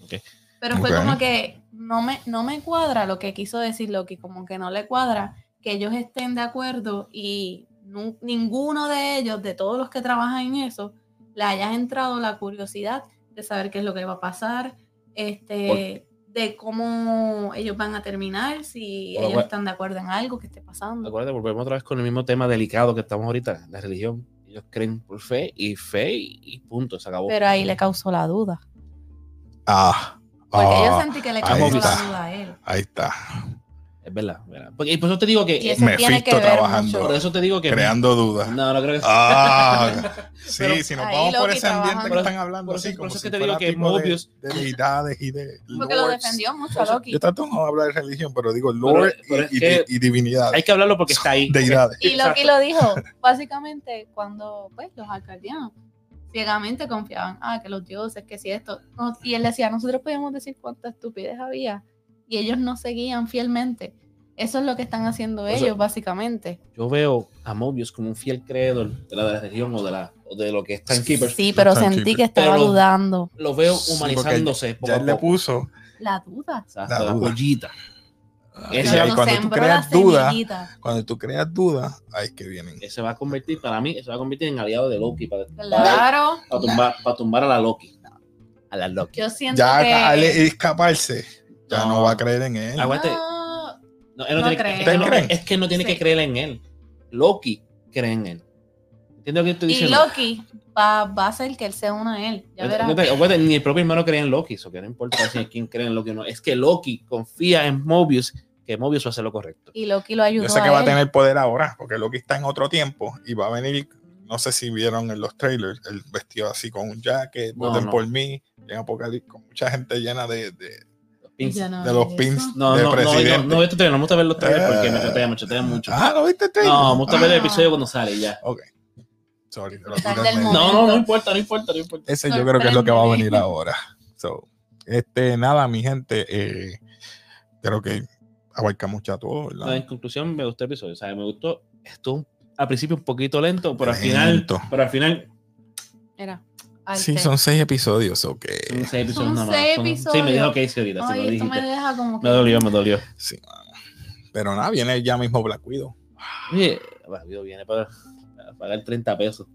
[SPEAKER 2] Ok.
[SPEAKER 3] Pero fue
[SPEAKER 1] Ok.
[SPEAKER 3] como que no me, no me cuadra lo que quiso decir Loki, como que no le cuadra que ellos estén de acuerdo y nu- ninguno de ellos, de todos los que trabajan en eso, le haya entrado la curiosidad de saber qué es lo que va a pasar, este, de cómo ellos van a terminar, si
[SPEAKER 2] Bueno,
[SPEAKER 3] ellos
[SPEAKER 2] bueno.
[SPEAKER 3] están de acuerdo en algo que esté pasando.
[SPEAKER 2] Acuérdate, volvemos otra vez con el mismo tema delicado que estamos ahorita, la religión. Ellos creen por fe y fe y, y punto, se acabó.
[SPEAKER 3] Pero ahí le causó la duda.
[SPEAKER 1] Ah,
[SPEAKER 3] Porque yo
[SPEAKER 1] ah,
[SPEAKER 3] sentí que le
[SPEAKER 1] ahí
[SPEAKER 3] causó la
[SPEAKER 1] está.
[SPEAKER 3] duda a él.
[SPEAKER 1] ahí está.
[SPEAKER 2] Es verdad, verdad. Porque- y por eso te digo
[SPEAKER 3] Y
[SPEAKER 2] que... eh,
[SPEAKER 3] eso tiene
[SPEAKER 1] Mephisto
[SPEAKER 3] que ver
[SPEAKER 1] trabajando.
[SPEAKER 3] mucho.
[SPEAKER 2] Por eso te digo que...
[SPEAKER 1] Creando dudas.
[SPEAKER 2] No, no creo que sea.
[SPEAKER 1] Ah, sí,
[SPEAKER 2] Pero
[SPEAKER 1] si nos
[SPEAKER 3] ahí
[SPEAKER 1] vamos por
[SPEAKER 3] Loki
[SPEAKER 1] ese ambiente
[SPEAKER 2] trabajando.
[SPEAKER 1] que están hablando,
[SPEAKER 2] Por eso-
[SPEAKER 1] así
[SPEAKER 2] por
[SPEAKER 1] como
[SPEAKER 2] eso
[SPEAKER 1] si
[SPEAKER 2] que te digo
[SPEAKER 1] fuera
[SPEAKER 2] que
[SPEAKER 1] tipo de-
[SPEAKER 2] Mobius-
[SPEAKER 1] de deidades y de
[SPEAKER 3] Porque lo
[SPEAKER 1] lords.
[SPEAKER 3] defendió mucho a Loki.
[SPEAKER 1] Yo trato de no hablar de religión, pero digo Lord
[SPEAKER 2] Pero- pero
[SPEAKER 1] y,
[SPEAKER 2] es que-
[SPEAKER 1] y- y divinidades.
[SPEAKER 2] Hay que hablarlo porque está ahí.
[SPEAKER 1] Deidades.
[SPEAKER 3] Y Loki
[SPEAKER 2] Exacto.
[SPEAKER 3] lo dijo, básicamente, cuando pues los alcaldianos ciegamente confiaban, ah, que los dioses, que si esto. no, Y él decía, nosotros podíamos decir cuánta estupidez había. Y ellos no seguían fielmente. Eso es lo que están haciendo
[SPEAKER 2] sea,
[SPEAKER 3] ellos, básicamente.
[SPEAKER 2] Yo veo a Mobius como un fiel creedor de la, de la religión o de, la, o de lo que es Timekeepers.
[SPEAKER 3] Sí, pero
[SPEAKER 1] los
[SPEAKER 3] sentí
[SPEAKER 1] Timekeepers.
[SPEAKER 3] que estaba
[SPEAKER 2] Pero-
[SPEAKER 3] dudando.
[SPEAKER 2] Lo veo
[SPEAKER 1] Sí, porque
[SPEAKER 2] humanizándose poco
[SPEAKER 1] Ya
[SPEAKER 2] a
[SPEAKER 1] él le
[SPEAKER 2] poco.
[SPEAKER 1] puso.
[SPEAKER 3] La duda.
[SPEAKER 2] Exacto,
[SPEAKER 1] La
[SPEAKER 2] la
[SPEAKER 1] duda.
[SPEAKER 2] joyita.
[SPEAKER 1] y
[SPEAKER 2] Ese-
[SPEAKER 1] ahí
[SPEAKER 3] Nos
[SPEAKER 1] cuando tú
[SPEAKER 3] sembró
[SPEAKER 1] creas
[SPEAKER 3] la
[SPEAKER 1] dudas,
[SPEAKER 3] semillita.
[SPEAKER 1] cuando tú creas dudas, ahí es que vienen.
[SPEAKER 2] que se va a convertir, para mí, se va a convertir en aliado de Loki para, para-
[SPEAKER 3] Claro,
[SPEAKER 2] para tumbar, para tumbar a la Loki. A la Loki.
[SPEAKER 3] yo siento
[SPEAKER 1] Ya
[SPEAKER 3] que...
[SPEAKER 1] al escaparse, ya no.
[SPEAKER 2] No.
[SPEAKER 1] va a creer en él.
[SPEAKER 2] Aguante.
[SPEAKER 3] No,
[SPEAKER 2] No, él no
[SPEAKER 3] No
[SPEAKER 2] tiene-
[SPEAKER 3] creen.
[SPEAKER 2] es, que no,
[SPEAKER 1] ¿Ustedes creen?
[SPEAKER 2] es que no tiene
[SPEAKER 3] Sí.
[SPEAKER 2] que creer en él. Loki cree en él. ¿Entiendes lo que estoy
[SPEAKER 3] y
[SPEAKER 2] diciendo?
[SPEAKER 3] Loki va, va a hacer que él se una a él. Ya
[SPEAKER 2] No te-
[SPEAKER 3] verás.
[SPEAKER 2] no te- acuérdate, ni el propio hermano cree en Loki, eso que no importa si es quién cree en Loki o no. Es que Loki confía en Mobius, que Mobius va a hacer lo correcto.
[SPEAKER 3] Y Loki lo ayudó
[SPEAKER 1] Yo sé que
[SPEAKER 3] a
[SPEAKER 1] va a
[SPEAKER 3] él.
[SPEAKER 1] tener poder ahora, porque Loki está en otro tiempo y va a venir. No sé si vieron en los trailers, el vestido así con un jacket,
[SPEAKER 2] No,
[SPEAKER 1] voten
[SPEAKER 2] no.
[SPEAKER 1] por mí, en Apocalipsis, con mucha gente llena de, de-
[SPEAKER 2] Los pins.
[SPEAKER 3] Ya no
[SPEAKER 1] de los
[SPEAKER 3] vi
[SPEAKER 1] pins
[SPEAKER 3] eso.
[SPEAKER 2] No,
[SPEAKER 1] de
[SPEAKER 2] no, no,
[SPEAKER 1] presidente.
[SPEAKER 2] no, no, esto te- no me gusta ver los trailers porque me
[SPEAKER 1] Eh.
[SPEAKER 2] chotea, me chotea mucho.
[SPEAKER 1] Ah, ¿no viste el trailer?
[SPEAKER 2] No, me gusta ver el
[SPEAKER 3] Ah.
[SPEAKER 2] episodio cuando sale y ya.
[SPEAKER 1] Sorry, te lo
[SPEAKER 3] Está
[SPEAKER 1] tiré
[SPEAKER 3] del
[SPEAKER 1] en medio.
[SPEAKER 2] No, no, no importa, no importa, no importa.
[SPEAKER 1] Ese yo creo que es lo que va a
[SPEAKER 3] Sorpréndeme.
[SPEAKER 1] venir ahora. So, este, nada, mi gente, eh, creo que abarca mucho a todo, ¿verdad?
[SPEAKER 2] No, en conclusión, me gustó el episodio. O sea, me gustó. Estuvo al principio un poquito lento, pero al final.
[SPEAKER 1] Lento.
[SPEAKER 2] Pero al final.
[SPEAKER 3] Era. arte.
[SPEAKER 1] Sí, son seis episodios, ok.
[SPEAKER 2] Son seis episodios
[SPEAKER 3] Son
[SPEAKER 2] nada más.
[SPEAKER 3] seis
[SPEAKER 2] Son- Sí,
[SPEAKER 3] episodios.
[SPEAKER 2] me dijo que hice ahorita, sí,
[SPEAKER 3] Ay,
[SPEAKER 2] lo
[SPEAKER 3] esto me
[SPEAKER 2] dijiste.
[SPEAKER 3] deja como que.
[SPEAKER 2] Me dolió, me dolió.
[SPEAKER 1] Sí, mano. Pero nada, viene ya mismo Black Widow.
[SPEAKER 2] Oye, David viene para, para pagar 30 pesos.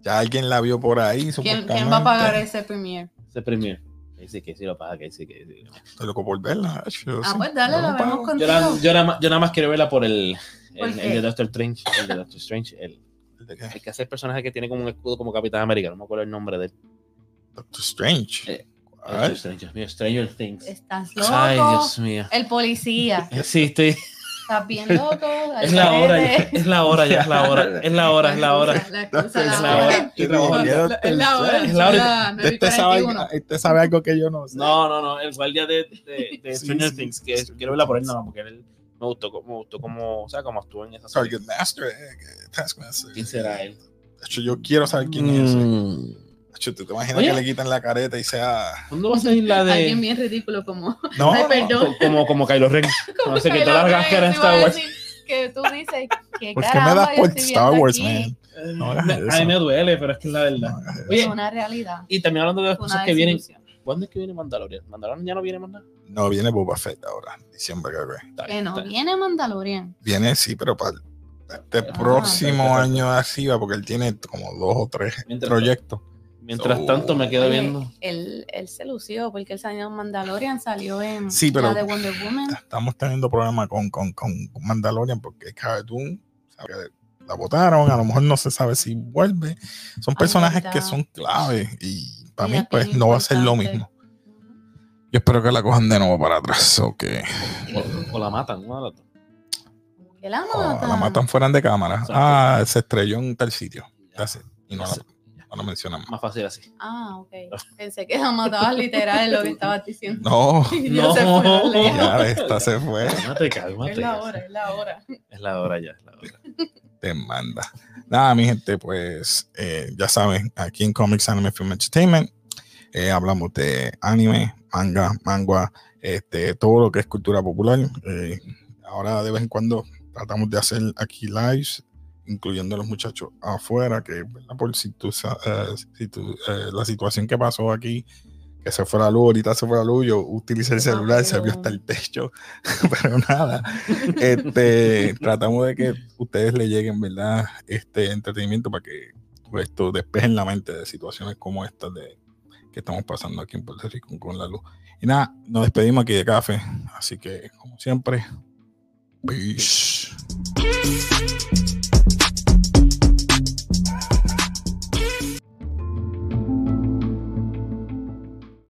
[SPEAKER 1] Ya alguien la vio por ahí,
[SPEAKER 3] ¿Quién,
[SPEAKER 1] supuestamente.
[SPEAKER 3] quién va a pagar ese premier?
[SPEAKER 2] Ese premio. Dice que sí lo paga, que sí, que sí.
[SPEAKER 1] Estoy loco por verla. yo
[SPEAKER 3] Ah,
[SPEAKER 1] sí,
[SPEAKER 3] pues dale,
[SPEAKER 1] yo
[SPEAKER 3] la
[SPEAKER 1] no
[SPEAKER 3] vemos
[SPEAKER 1] pago.
[SPEAKER 2] Yo,
[SPEAKER 3] contigo.
[SPEAKER 2] nada- yo nada, más- yo nada más quiero verla por el,
[SPEAKER 3] ¿Por
[SPEAKER 2] el,
[SPEAKER 3] qué?
[SPEAKER 2] el de Doctor Strange. El de Doctor Strange. El,
[SPEAKER 1] ¿De qué?
[SPEAKER 2] el que hace el personaje que tiene como un escudo como Capitán América. No me acuerdo el nombre de él.
[SPEAKER 1] Doctor Strange.
[SPEAKER 2] Eh,
[SPEAKER 1] Ay,
[SPEAKER 2] Doctor Strange, Dios mío, Stranger Things.
[SPEAKER 3] Estás loco.
[SPEAKER 2] Ay, Dios mío.
[SPEAKER 3] El policía.
[SPEAKER 2] Sí, estoy.
[SPEAKER 3] Estás bien loco. al
[SPEAKER 2] Es la hora ya.
[SPEAKER 3] garete.
[SPEAKER 2] Es la hora ya. Es la hora. Es la hora. Es la hora.
[SPEAKER 3] La excusa,
[SPEAKER 1] Doctor
[SPEAKER 2] Es
[SPEAKER 3] la
[SPEAKER 2] la
[SPEAKER 3] hora.
[SPEAKER 1] Strange.
[SPEAKER 2] hora.
[SPEAKER 1] Yo no
[SPEAKER 3] Es
[SPEAKER 1] vi
[SPEAKER 3] la
[SPEAKER 1] Doctor
[SPEAKER 3] hora. Es la hora.
[SPEAKER 1] Strange.
[SPEAKER 2] Es la hora.
[SPEAKER 3] Son las
[SPEAKER 1] Este sabe,
[SPEAKER 3] 9:41.
[SPEAKER 1] este sabe algo que yo no sé.
[SPEAKER 2] No, no, no. El guardia de, de, de
[SPEAKER 1] Sí,
[SPEAKER 2] Stranger
[SPEAKER 1] sí,
[SPEAKER 2] Things.
[SPEAKER 1] sí,
[SPEAKER 2] Que
[SPEAKER 1] Stranger
[SPEAKER 2] quiero verla por él
[SPEAKER 1] Things.
[SPEAKER 2] nada más porque él me gustó, co- me gustó como, o sea, como actuó en esa serie.
[SPEAKER 1] Target Master, eh, que- Taskmaster.
[SPEAKER 2] ¿Quién será él?
[SPEAKER 1] De hecho, yo quiero saber quién es.
[SPEAKER 2] Mm.
[SPEAKER 1] De hecho, ¿tú te imaginas
[SPEAKER 2] Oye.
[SPEAKER 1] que le quitan la careta y sea.
[SPEAKER 2] ¿Cuándo va a salir la
[SPEAKER 3] Alguien
[SPEAKER 2] de.?
[SPEAKER 3] bien ridículo como.
[SPEAKER 1] No,
[SPEAKER 3] Ay,
[SPEAKER 1] no,
[SPEAKER 3] perdón.
[SPEAKER 2] co- Como, como Kylo Ren. No sé, que
[SPEAKER 3] Kylo
[SPEAKER 2] todas las
[SPEAKER 3] Ren,
[SPEAKER 2] máscaras de
[SPEAKER 3] te iba a
[SPEAKER 2] Star Wars.
[SPEAKER 3] decir Que tú dices que
[SPEAKER 1] ¿Por qué me das
[SPEAKER 3] caramba, yo
[SPEAKER 1] por
[SPEAKER 3] estoy
[SPEAKER 1] Star
[SPEAKER 3] viendo
[SPEAKER 1] Wars,
[SPEAKER 3] aquí
[SPEAKER 1] man? No hagas
[SPEAKER 2] Me-
[SPEAKER 1] eso.
[SPEAKER 2] a mí me duele, pero es que es la verdad.
[SPEAKER 1] No eh, hagas eso.
[SPEAKER 2] Oye,
[SPEAKER 3] Una realidad.
[SPEAKER 2] y también hablando de las cosas
[SPEAKER 3] Una
[SPEAKER 2] que vienen.
[SPEAKER 3] desilusión.
[SPEAKER 2] ¿Cuándo es que viene Mandalorian? ¿Mandalorian ya no viene Mandalorian?
[SPEAKER 1] No, viene Boba Fett ahora, diciembre, creo que.
[SPEAKER 2] Está bien,
[SPEAKER 3] Que no
[SPEAKER 2] está bien.
[SPEAKER 3] viene Mandalorian.
[SPEAKER 1] Viene, sí, pero para este
[SPEAKER 2] Ah.
[SPEAKER 1] próximo
[SPEAKER 2] Perfecto.
[SPEAKER 1] año así va, porque él tiene como dos o tres
[SPEAKER 2] Mientras,
[SPEAKER 1] proyectos.
[SPEAKER 2] mientras
[SPEAKER 1] So-
[SPEAKER 2] tanto, me quedo
[SPEAKER 3] Oye,
[SPEAKER 2] viendo.
[SPEAKER 3] Él, él se lució porque el señor Mandalorian salió en
[SPEAKER 1] Sí, pero-
[SPEAKER 3] la de Wonder Woman.
[SPEAKER 1] Estamos teniendo problemas con, con, con Mandalorian porque Cara Dune sabe que la votaron, a lo mejor no se sabe si vuelve. Son personajes que
[SPEAKER 3] verdad.
[SPEAKER 1] son claves y para
[SPEAKER 3] Y
[SPEAKER 1] mí
[SPEAKER 3] aquí
[SPEAKER 1] pues
[SPEAKER 3] es
[SPEAKER 1] no va a ser lo
[SPEAKER 3] importante.
[SPEAKER 1] mismo. Yo espero que la cojan de nuevo para atrás o que
[SPEAKER 2] O, o la matan, ¿no?
[SPEAKER 3] Que la
[SPEAKER 1] o
[SPEAKER 3] matan.
[SPEAKER 1] Ah, la matan fuera de cámara.
[SPEAKER 2] Exacto.
[SPEAKER 1] Ah, se estrelló en tal sitio.
[SPEAKER 2] Ya,
[SPEAKER 1] Gracias. Y no la, no la mencionan más.
[SPEAKER 2] Más fácil así.
[SPEAKER 3] Ah, ok. Pensé que la matabas literal lo que estabas diciendo.
[SPEAKER 1] No,
[SPEAKER 3] Y
[SPEAKER 2] No.
[SPEAKER 3] se fue a leer.
[SPEAKER 1] ya esta se fue.
[SPEAKER 2] Cálmate, cálmate.
[SPEAKER 3] Es la hora, es la hora.
[SPEAKER 2] Es la hora ya. Es la hora.
[SPEAKER 1] te manda. Nada, mi gente, pues eh, ya saben, aquí en Comics Anime Film Entertainment eh, hablamos de anime, manga, manga, este, todo lo que es cultura popular. Eh, ahora de vez en cuando tratamos de hacer aquí lives, incluyendo a los muchachos afuera, que ¿verdad? por si tú, sa- eh, si tú, eh, la situación que pasó aquí, que se fue la luz, ahorita se fue la luz, yo utilicé el celular, se vio hasta el techo, pero nada este, tratamos de que ustedes le lleguen, ¿verdad? Este entretenimiento para que pues, esto despejen la mente de situaciones como estas de que estamos pasando aquí en Puerto Rico con la luz. Y nada, nos despedimos aquí de café. Así que, como siempre, peace.